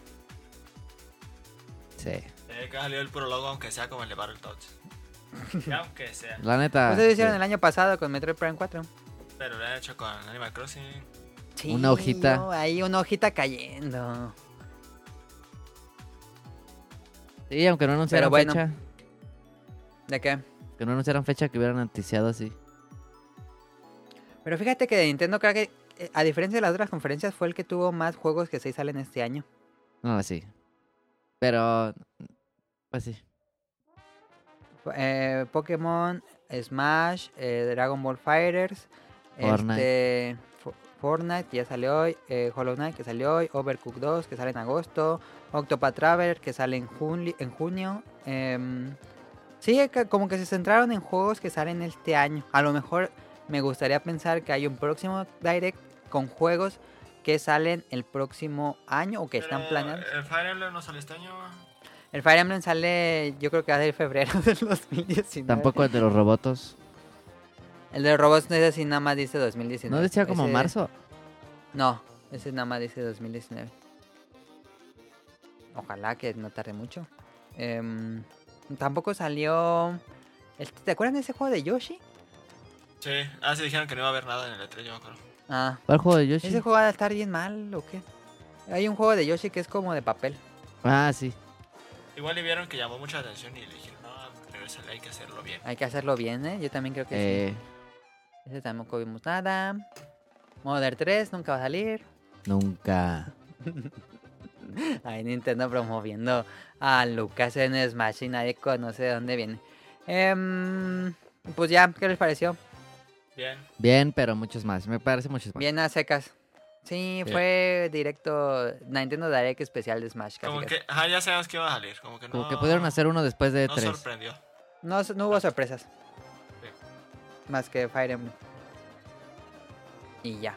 E: Sí.
C: Eh, que ha salido el puro logo, aunque sea como el de Battletoads. Ya, aunque sea.
E: La neta. Ah,
A: Ustedes lo
E: sí.
A: Pues hicieron el año pasado con Metroid Prime 4.
C: Pero lo han hecho con Animal Crossing.
A: Sí,
E: Una hojita.
A: no, ahí una hojita cayendo.
E: Sí, aunque no anunciaron
A: Pero bueno.
E: fecha.
A: ¿De qué?
E: Que no anunciaron fecha que hubieran noticiado así.
A: Pero fíjate que de Nintendo creo que, eh, a diferencia de las otras conferencias, fue el que tuvo más juegos que sí salen este año.
E: No, sí. Pero. Pues sí.
A: Eh, Pokémon, Smash, eh, Dragon Ball Fighters,
E: Fortnite.
A: este, Fo- Fortnite, que ya sale hoy, eh, Hollow Knight, que sale hoy, Overcooked 2, que sale en agosto, Octopath Traveler, que sale en, junio, en junio. em, sí, ca- como que se centraron en juegos que salen este año. A lo mejor me gustaría pensar que hay un próximo Direct con juegos que salen el próximo año o que están
C: Pero
A: planeando.
C: El Fire Emblem no sale este año.
A: El Fire Emblem sale, yo creo que va a ser febrero del 2019.
E: Tampoco el de los robots.
A: El de robots no es así, nada más dice 2019.
E: ¿No decía como
A: Ese-
E: marzo?
A: No, ese nada más dice 2019. Ojalá que no tarde mucho. Em, tampoco salió... el- ¿Te acuerdan de ese juego de Yoshi?
C: Sí. Ah, sí, dijeron que no iba a haber nada en el E3, yo me acuerdo.
A: Ah,
E: ¿Cuál juego de Yoshi?
A: ¿ese juego va a estar bien mal o qué? Hay un juego de Yoshi que es como de papel.
E: Ah, sí.
C: Igual y vieron que llamó mucha atención y le dijeron, no, regresale, hay que hacerlo bien.
A: Hay que hacerlo bien, ¿eh? Yo también creo que sí.
E: Eh,
A: Ese tampoco vimos nada. Modern 3 nunca va a salir.
E: nunca.
A: Ahí Nintendo promoviendo a Lucas en Smash y nadie conoce de dónde viene. Em, pues ya, ¿qué les pareció?
C: Bien.
E: Bien, pero muchos más. Me parece muchos más.
A: Bien a secas. Sí,
C: Sí.
A: fue directo Nintendo Direct especial de Smash. Casi
C: Como
A: casi.
C: que, ajá, ya sabemos que iba a salir. Como que no.
E: Como que pudieron hacer uno después de
C: No
E: tres.
C: sorprendió.
A: No, s- no hubo sorpresas. Más que Fire Emblem. Y ya.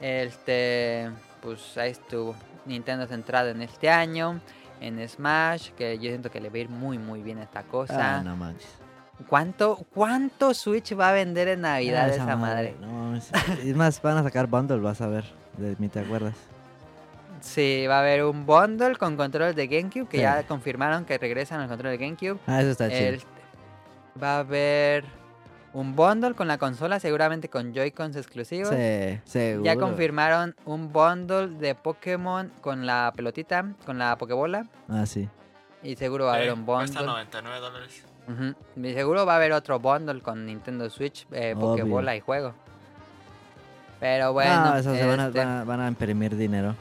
A: Este, pues ahí estuvo. Nintendo centrado en este año, en Smash, que yo siento que le va a ir muy muy bien a esta cosa.
E: ah, no manches.
A: ¿Cuánto, ¿Cuánto Switch va a vender en Navidad
E: Ah,
A: esa, madre?
E: No mames.
B: Es más, van a sacar bundle, vas a ver. De mí te acuerdas.
A: Sí, va a haber un bundle con controles de GameCube, que
B: Sí.
A: ya confirmaron que regresan los controles de GameCube.
B: Ah, eso está chido.
A: Este, va a haber un bundle con la consola, seguramente con Joy-Cons exclusivos.
B: Sí, seguro.
A: Ya confirmaron un bundle de Pokémon con la pelotita, con la Pokébola.
B: Ah, sí.
A: Y seguro va a haber un
C: Cuesta
A: bundle.
C: 99 dólares.
A: Ujú. Y seguro va a haber otro bundle con Nintendo Switch, eh,
B: Obvio.
A: Pokébola y juego. Pero bueno,
B: no, eso se van, a,
A: este,
B: van, a, van a imprimir dinero.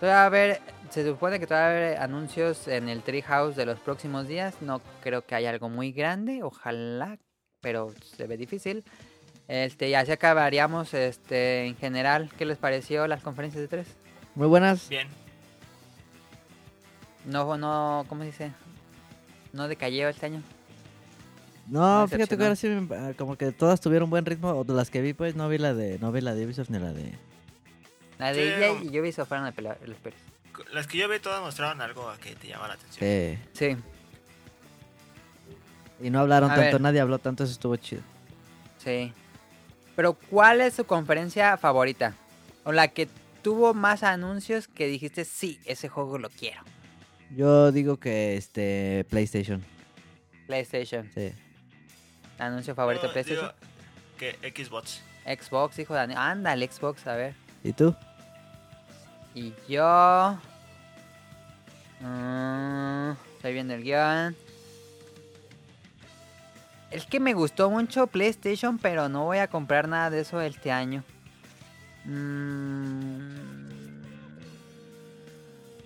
A: todavía va a haber- se supone que todavía va a haber anuncios en el Treehouse de los próximos días. No creo que haya algo muy grande, ojalá, pero se ve difícil. Este, ya se acabaríamos este, en general. ¿Qué les pareció las conferencias de tres?
E: Muy buenas.
C: Bien.
A: No, no, ¿cómo se dice? No decayó este año.
B: No,
A: Me
B: fíjate que ahora sí, eh, como que todas tuvieron buen ritmo. o de Las que vi, pues, no vi la de, no vi la de Ubisoft ni la de...
A: La de
C: Sí,
A: EA
C: no.
A: y Ubisoft fueron las pela- las peores.
C: Las que yo vi todas mostraron algo que te llama la atención.
B: Sí.
A: Sí.
B: Y no hablaron
A: A
B: tanto,
A: ver.
B: nadie habló tanto, eso estuvo chido.
A: Sí. Pero ¿cuál es su conferencia favorita? O la que tuvo más anuncios que dijiste, sí, ese juego lo quiero.
B: Yo digo que este PlayStation.
A: PlayStation.
B: Sí.
A: Anuncio favorito
C: Yo
A: PlayStation.
C: digo Que Xbox.
A: Xbox, hijo de... Dani- Ándale, Xbox, a ver.
B: ¿Y tú?
A: Y yo... mm, estoy viendo el guión. Es que me gustó mucho PlayStation, pero no voy a comprar nada de eso este año. Mm.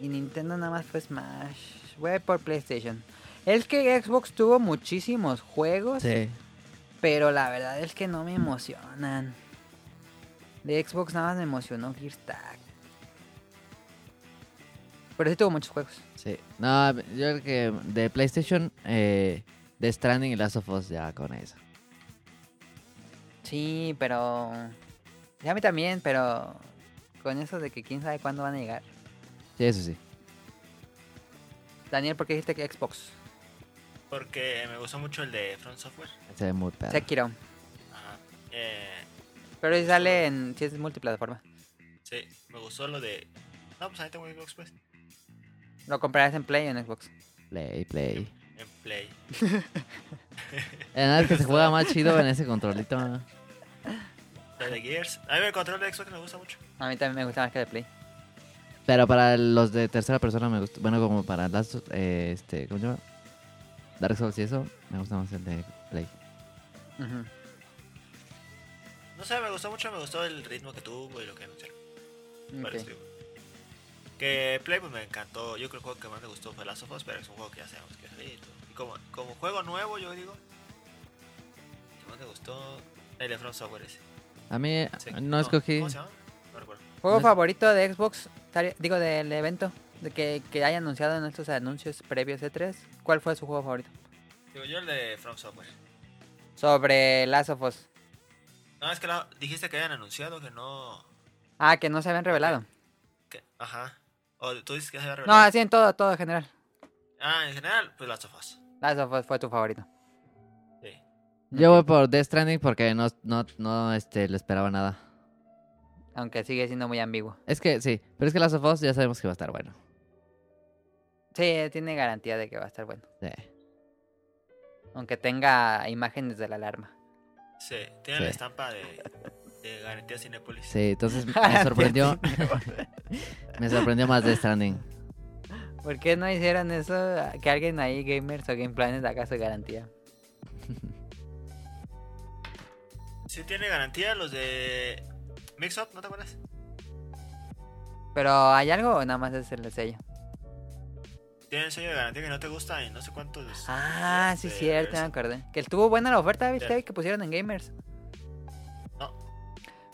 A: Y Nintendo nada más fue Smash. Voy por PlayStation. Es que Xbox tuvo muchísimos juegos.
B: Sí.
A: Pero la verdad es que no me emocionan. De Xbox nada más me emocionó Gears Tag. Pero sí tuvo muchos juegos.
E: Sí. No, yo creo que de PlayStation, eh, The Stranding y Last of Us ya con eso.
A: Sí, pero. Ya a mí también, pero. Con eso de que quién sabe cuándo van a llegar.
E: Sí, eso sí.
A: Daniel, ¿por qué dijiste que Xbox?
C: Porque me gustó mucho el de Front Software.
E: Se ve muy
B: Ah.
E: perro.
A: Sekiro.
C: Ajá. Eh,
A: Pero si sale en. Si es multiplataforma.
C: sí, me gustó lo de. No, pues ahí tengo Xbox pues.
A: Lo comprarás en Play o en Xbox.
E: Play, play.
C: En Play.
E: Además que se juega más chido en ese controlito. ¿no?
C: Lo de Gears. A mí el control de Xbox me gusta mucho.
A: A mí también me gusta más que de Play.
E: Pero para los de tercera persona me gusta. Bueno, como para Last of- eh, este, ¿cómo se llama? Dark Souls y eso, me gusta más el de Play.
A: Ujú.
C: No sé, me gustó mucho, me gustó el ritmo que tuvo y lo que anunciaron. Para
A: Ok.
C: este juego. Que Play pues me encantó. Yo creo que el juego que más me gustó fue Last of Us, pero es un juego que ya sabemos que va a salir y todo. Y como, como juego nuevo, yo digo. El que más me gustó. El de Front Software ese.
E: A mí eh,
C: Sí.
E: no escogí.
C: ¿Cómo se llama? No recuerdo.
A: Juego
E: No es-
A: favorito de Xbox, Tari- digo del evento de que, que haya anunciado en estos anuncios previos E3, ¿cuál fue su juego favorito?
C: Digo, yo el de From Software.
A: Sobre Last of Us.
C: No, es que la- dijiste que habían anunciado que no.
A: Ah, que no se habían revelado.
C: que- ajá. O tú dices que se había
A: No,
C: revelado.
A: así en todo, todo en general.
C: Ah, en general, pues Last of Us.
A: Last of Us fue tu favorito.
C: Sí.
E: Yo voy por Death Stranding porque no, no, no este, lo esperaba nada.
A: Aunque sigue siendo muy ambiguo.
E: Es que sí, pero es que Last of Us ya sabemos que va a estar bueno.
A: Sí, tiene garantía de que va a estar bueno.
E: Sí.
A: Aunque tenga imágenes de la alarma.
C: Sí, tiene
E: Sí.
C: la estampa de, de garantía Cinepolis.
E: Sí, entonces
A: Ah,
E: me sorprendió. me sorprendió más Death Stranding.
A: ¿Por qué no hicieron eso? Que alguien ahí, gamers o game planes, haga su garantía.
C: Sí, tiene garantía los de Mix Up, ¿no te acuerdas?
A: Pero ¿hay algo o nada más es el sello?
C: Tiene el sello de garantía que no te gusta en no sé cuántos. este,
A: Ah,
C: días
A: sí,
C: de
A: cierto, ya me
C: regreso.
A: acordé. Que estuvo buena la oferta, ¿viste?
C: Ya.
A: Que pusieron en Gamers.
C: No.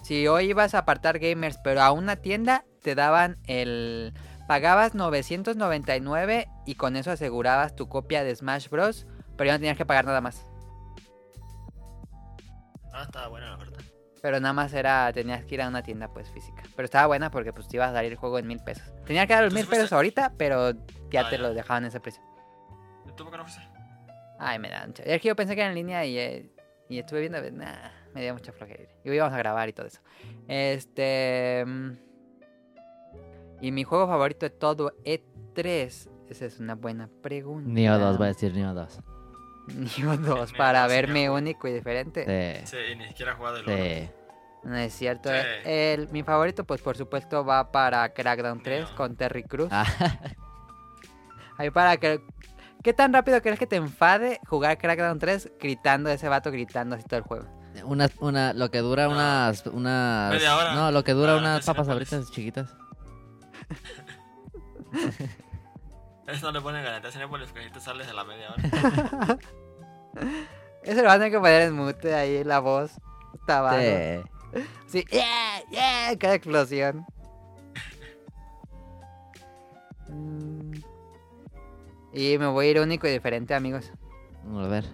A: Si hoy ibas a apartar Gamers, pero a una tienda, te daban el... Pagabas 999 y con eso asegurabas tu copia de Smash Bros. Pero ya no tenías que pagar nada más.
C: Ah, estaba buena la oferta.
A: Pero nada más era... Tenías que ir a una tienda, pues, física. Pero estaba buena porque, pues, te iba a salir el juego en mil pesos. Tenías que dar los mil
C: Entonces fuiste-
A: pesos ahorita, pero ya
C: Ah,
A: te
C: ya.
A: lo dejaban a ese precio.
C: ¿Tú por qué no fuiste?
A: Ay, me da mucha... Es que yo pensé que era en línea y, eh, y estuve viendo... pero Nah, me dio mucha flojera. ir. Y hoy íbamos a grabar y todo eso. Este... mm, Y mi juego favorito de todo E3. Esa es una buena pregunta.
E: Neo 2, voy a decir Neo 2.
A: Neo 2,
C: Neo
A: para
C: 2,
A: verme
C: Neo.
A: único y diferente.
E: Sí.
C: Sí, y ni siquiera he jugado el uno.
E: Sí.
A: No es cierto.
C: Sí.
A: eh. El- mi favorito, pues por supuesto, va para Crackdown 3
C: Neo.
A: con Terry Cruz.
E: Ah,
A: Ahí para que... ¿Qué tan rápido crees que te enfade jugar Crackdown 3 gritando ese vato gritando así todo el juego?
E: una, una, lo que dura
C: No.
E: unas, unas.
C: Media hora.
E: No, lo que dura
C: Ah,
E: unas
C: sí,
E: papas
C: me parece.
E: ahorita chiquitas.
C: Eso no le ponen garantía Cinepolis, que ahí te sales a la media hora.
A: Eso lo van a tener que poner en mute ahí la voz. Está abajo.
E: Sí.
A: Sí, yeah, yeah, cada explosión. Mm. y me voy a ir único y diferente, amigos.
E: Vamos a ver.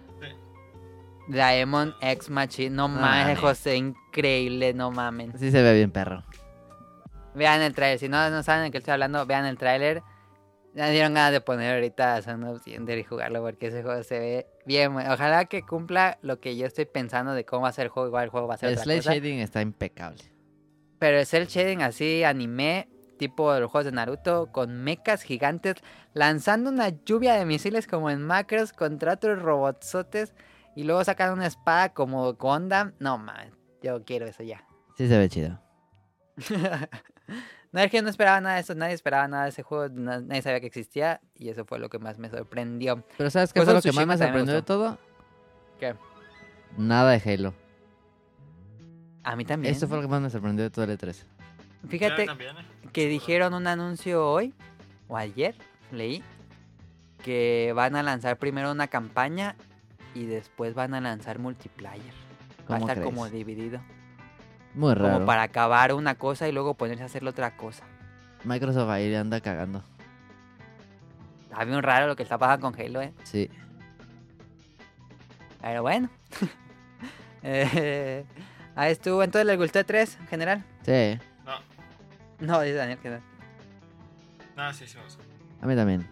A: Daemon X Machine, no mames,
E: mames.
A: José, increíble, no mamen.
E: Sí se ve bien perro.
A: Vean el tráiler, si no, no saben de qué estoy hablando, vean el tráiler. Me dieron ganas de poner ahorita Son of the Ender y jugarlo porque ese juego se ve bien. bueno. Ojalá que cumpla lo que yo estoy pensando de cómo va a ser el juego. Igual el juego va a ser
E: El
A: otra
E: slide
A: cosa.
E: shading está impecable.
A: Pero es el shading así anime, tipo de los juegos de Naruto, con mechas gigantes, lanzando una lluvia de misiles como en macros contra otros robotsotes. Y luego sacan una espada como Gundam. No mames, yo quiero eso ya.
E: Sí se ve chido.
A: No, es que no esperaba nada de eso, nadie esperaba nada de ese juego, na- nadie sabía que existía y eso fue lo que más me sorprendió.
E: Pero ¿sabes qué
A: Ghost
E: fue lo
A: of
E: que más
A: Tsushima
E: me
A: también me
E: sorprendió de
A: gustó.
E: todo?
A: ¿Qué?
E: Nada de Halo.
A: A mí también.
E: Eso fue lo que más me sorprendió de todo el E E3.
A: Fíjate
C: También, ¿eh?
A: que dijeron un anuncio hoy o ayer, leí, que van a lanzar primero una campaña y después van a lanzar multiplayer. Va
E: ¿Cómo
A: a estar
E: crees?
A: como dividido,
E: Muy raro.
A: como para acabar una cosa y luego ponerse a hacer la otra cosa.
E: Microsoft ahí le anda cagando.
A: Está bien raro lo que está pasando con Halo, ¿eh?
E: Sí.
A: Pero bueno. Eh, ahí estuvo. Entonces, ¿les gustó 3 en general?
E: Sí.
C: No,
A: No, dice Daniel que no.
C: no, sí, sí, me gustó.
E: A mí también.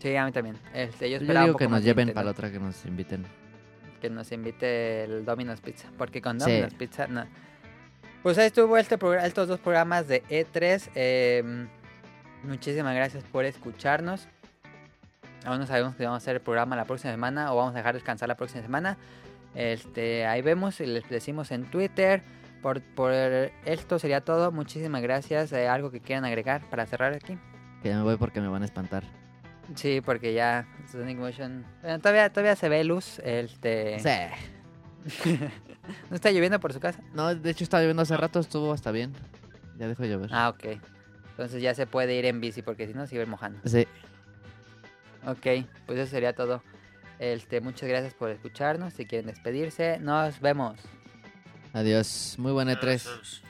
A: Sí, a mí también. Este, yo
E: Yo,
A: esperaba un
E: digo
A: poco
E: que nos
A: más de
E: lleven
A: Nintendo,
E: para la otra que nos inviten.
A: Que nos invite el Domino's Pizza. Porque con
E: Sí.
A: Domino's Pizza, no. Pues ahí estuvo este programa, estos dos programas de E3. eh, muchísimas gracias por escucharnos. Aún no sabemos si vamos a hacer el programa la próxima semana o vamos a dejar descansar la próxima semana. Este, ahí vemos y les decimos en Twitter. Por, por esto sería todo. Muchísimas gracias. Eh, ¿Algo que quieran agregar para cerrar aquí?
E: Que ya me voy porque me van a espantar.
A: Sí, porque ya Sonic Motion. Bueno, todavía, todavía se ve luz. Este.
E: Sí.
A: ¿No está lloviendo por su casa?
E: No, de hecho estaba lloviendo hace rato, estuvo hasta bien. Ya dejó de llover.
A: Ah, ok. Entonces ya se puede ir en bici porque si no se iba a ir mojando.
E: Sí.
A: Ok, pues eso sería todo. Este, muchas gracias por escucharnos. Si quieren despedirse, nos vemos.
E: Adiós. Muy
C: Eh,
E: buena E E3.
C: Ers, ers,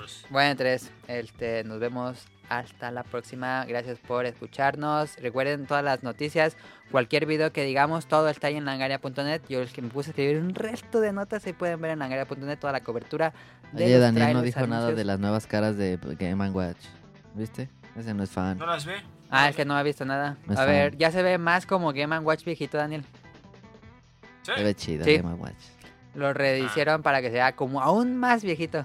C: ers.
A: Bueno, tres. Este, nos vemos hasta la próxima. Gracias por escucharnos. Recuerden todas las noticias. Cualquier video que digamos, todo está ahí en langaria.net. Yo es que me puse a escribir un resto de notas y pueden ver en langaria.net toda la cobertura. de
E: Oye, Daniel
A: los
E: no
A: trailers,
E: dijo nada
A: anuncios.
E: de las nuevas caras de Game Watch. ¿Viste? Ese no es fan.
C: ¿No las vi?
A: Ah, el que no ha visto nada.
E: No
A: a
E: está
A: ver,
E: bien.
A: ya se ve más como Game Watch viejito, Daniel.
C: ¿Sí?
E: Se ve chido
A: Sí.
E: Game Watch.
A: Lo rehicieron para que sea como aún más viejito.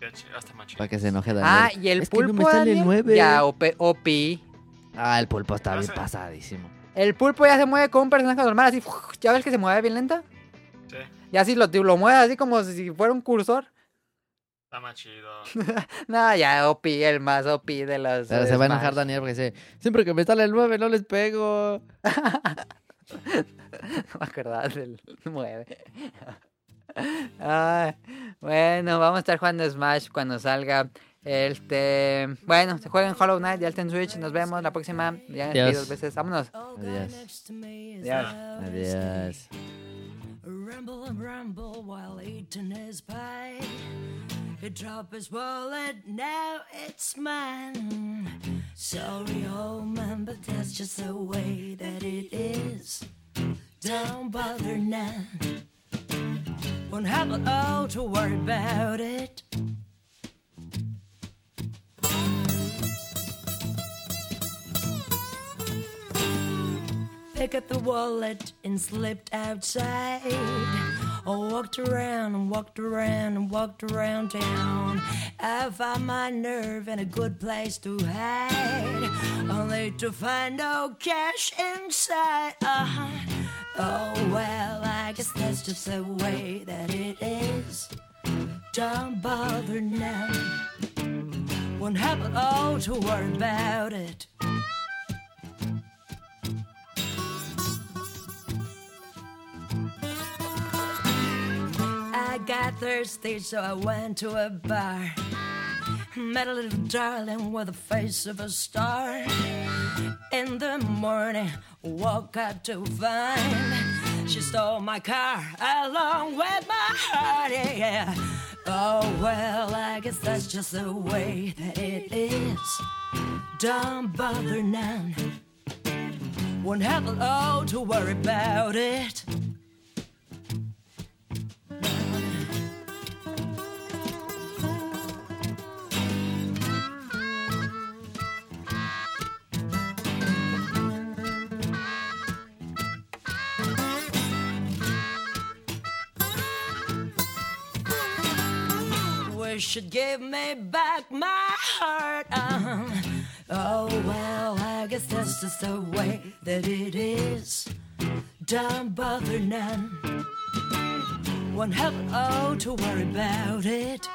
C: Qué chido, Hasta más chido.
E: Para que se enoje Daniel.
A: Ah, y el
E: Es que no me
A: pulpo.
E: sale el
A: Daniel,
E: nueve.
A: Ya, OP, OP.
E: Ah, el pulpo está bien
C: Pasa-
E: pasadísimo.
A: El pulpo ya se mueve como un personaje normal, así. ¿Ya ves que se mueve bien lento?
C: Sí,
A: Y así lo, lo mueves así como si fuera un cursor.
C: está más chido.
A: No, ya OP, el más OP de los.
E: Pero
A: de
E: se va a
A: Smash.
E: enojar Daniel porque dice, siempre que me sale el 9 no les pego.
A: No me acordaba del 9. Ay, bueno, vamos a estar jugando Smash cuando salga. Este. Bueno, se juega en Hollow Knight, ya está en Switch. Nos vemos la próxima. Ya me despedí
E: Adiós.
A: dos veces. Vámonos.
E: Adiós.
A: Adiós.
E: Adiós.
F: Rumble and rumble while eating his pie. He dropped his wallet, now it's mine. Sorry, old man, but that's just the way that it is. Don't bother now. Won't have it all to worry about it. Pick up the wallet and slipped outside. I walked around and walked around and walked around town. I found my nerve and a good place to hide, only to find no cash inside. Uh-huh. Oh well, I guess that's just the way that it is. Don't bother now. Won't have it all to worry about it. I got thirsty, so I went to a bar. Met a little darling with the face of a star. In the morning, woke up to find she stole my car along with my heart. Yeah, yeah. Oh well, I guess that's just the way that it is. Don't bother now. Won't have a lot to worry about it. should give me back my heart. Um, oh, well, I guess that's just the way that it is. Don't bother none. Won't have it all to worry about it.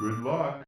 G: Good luck.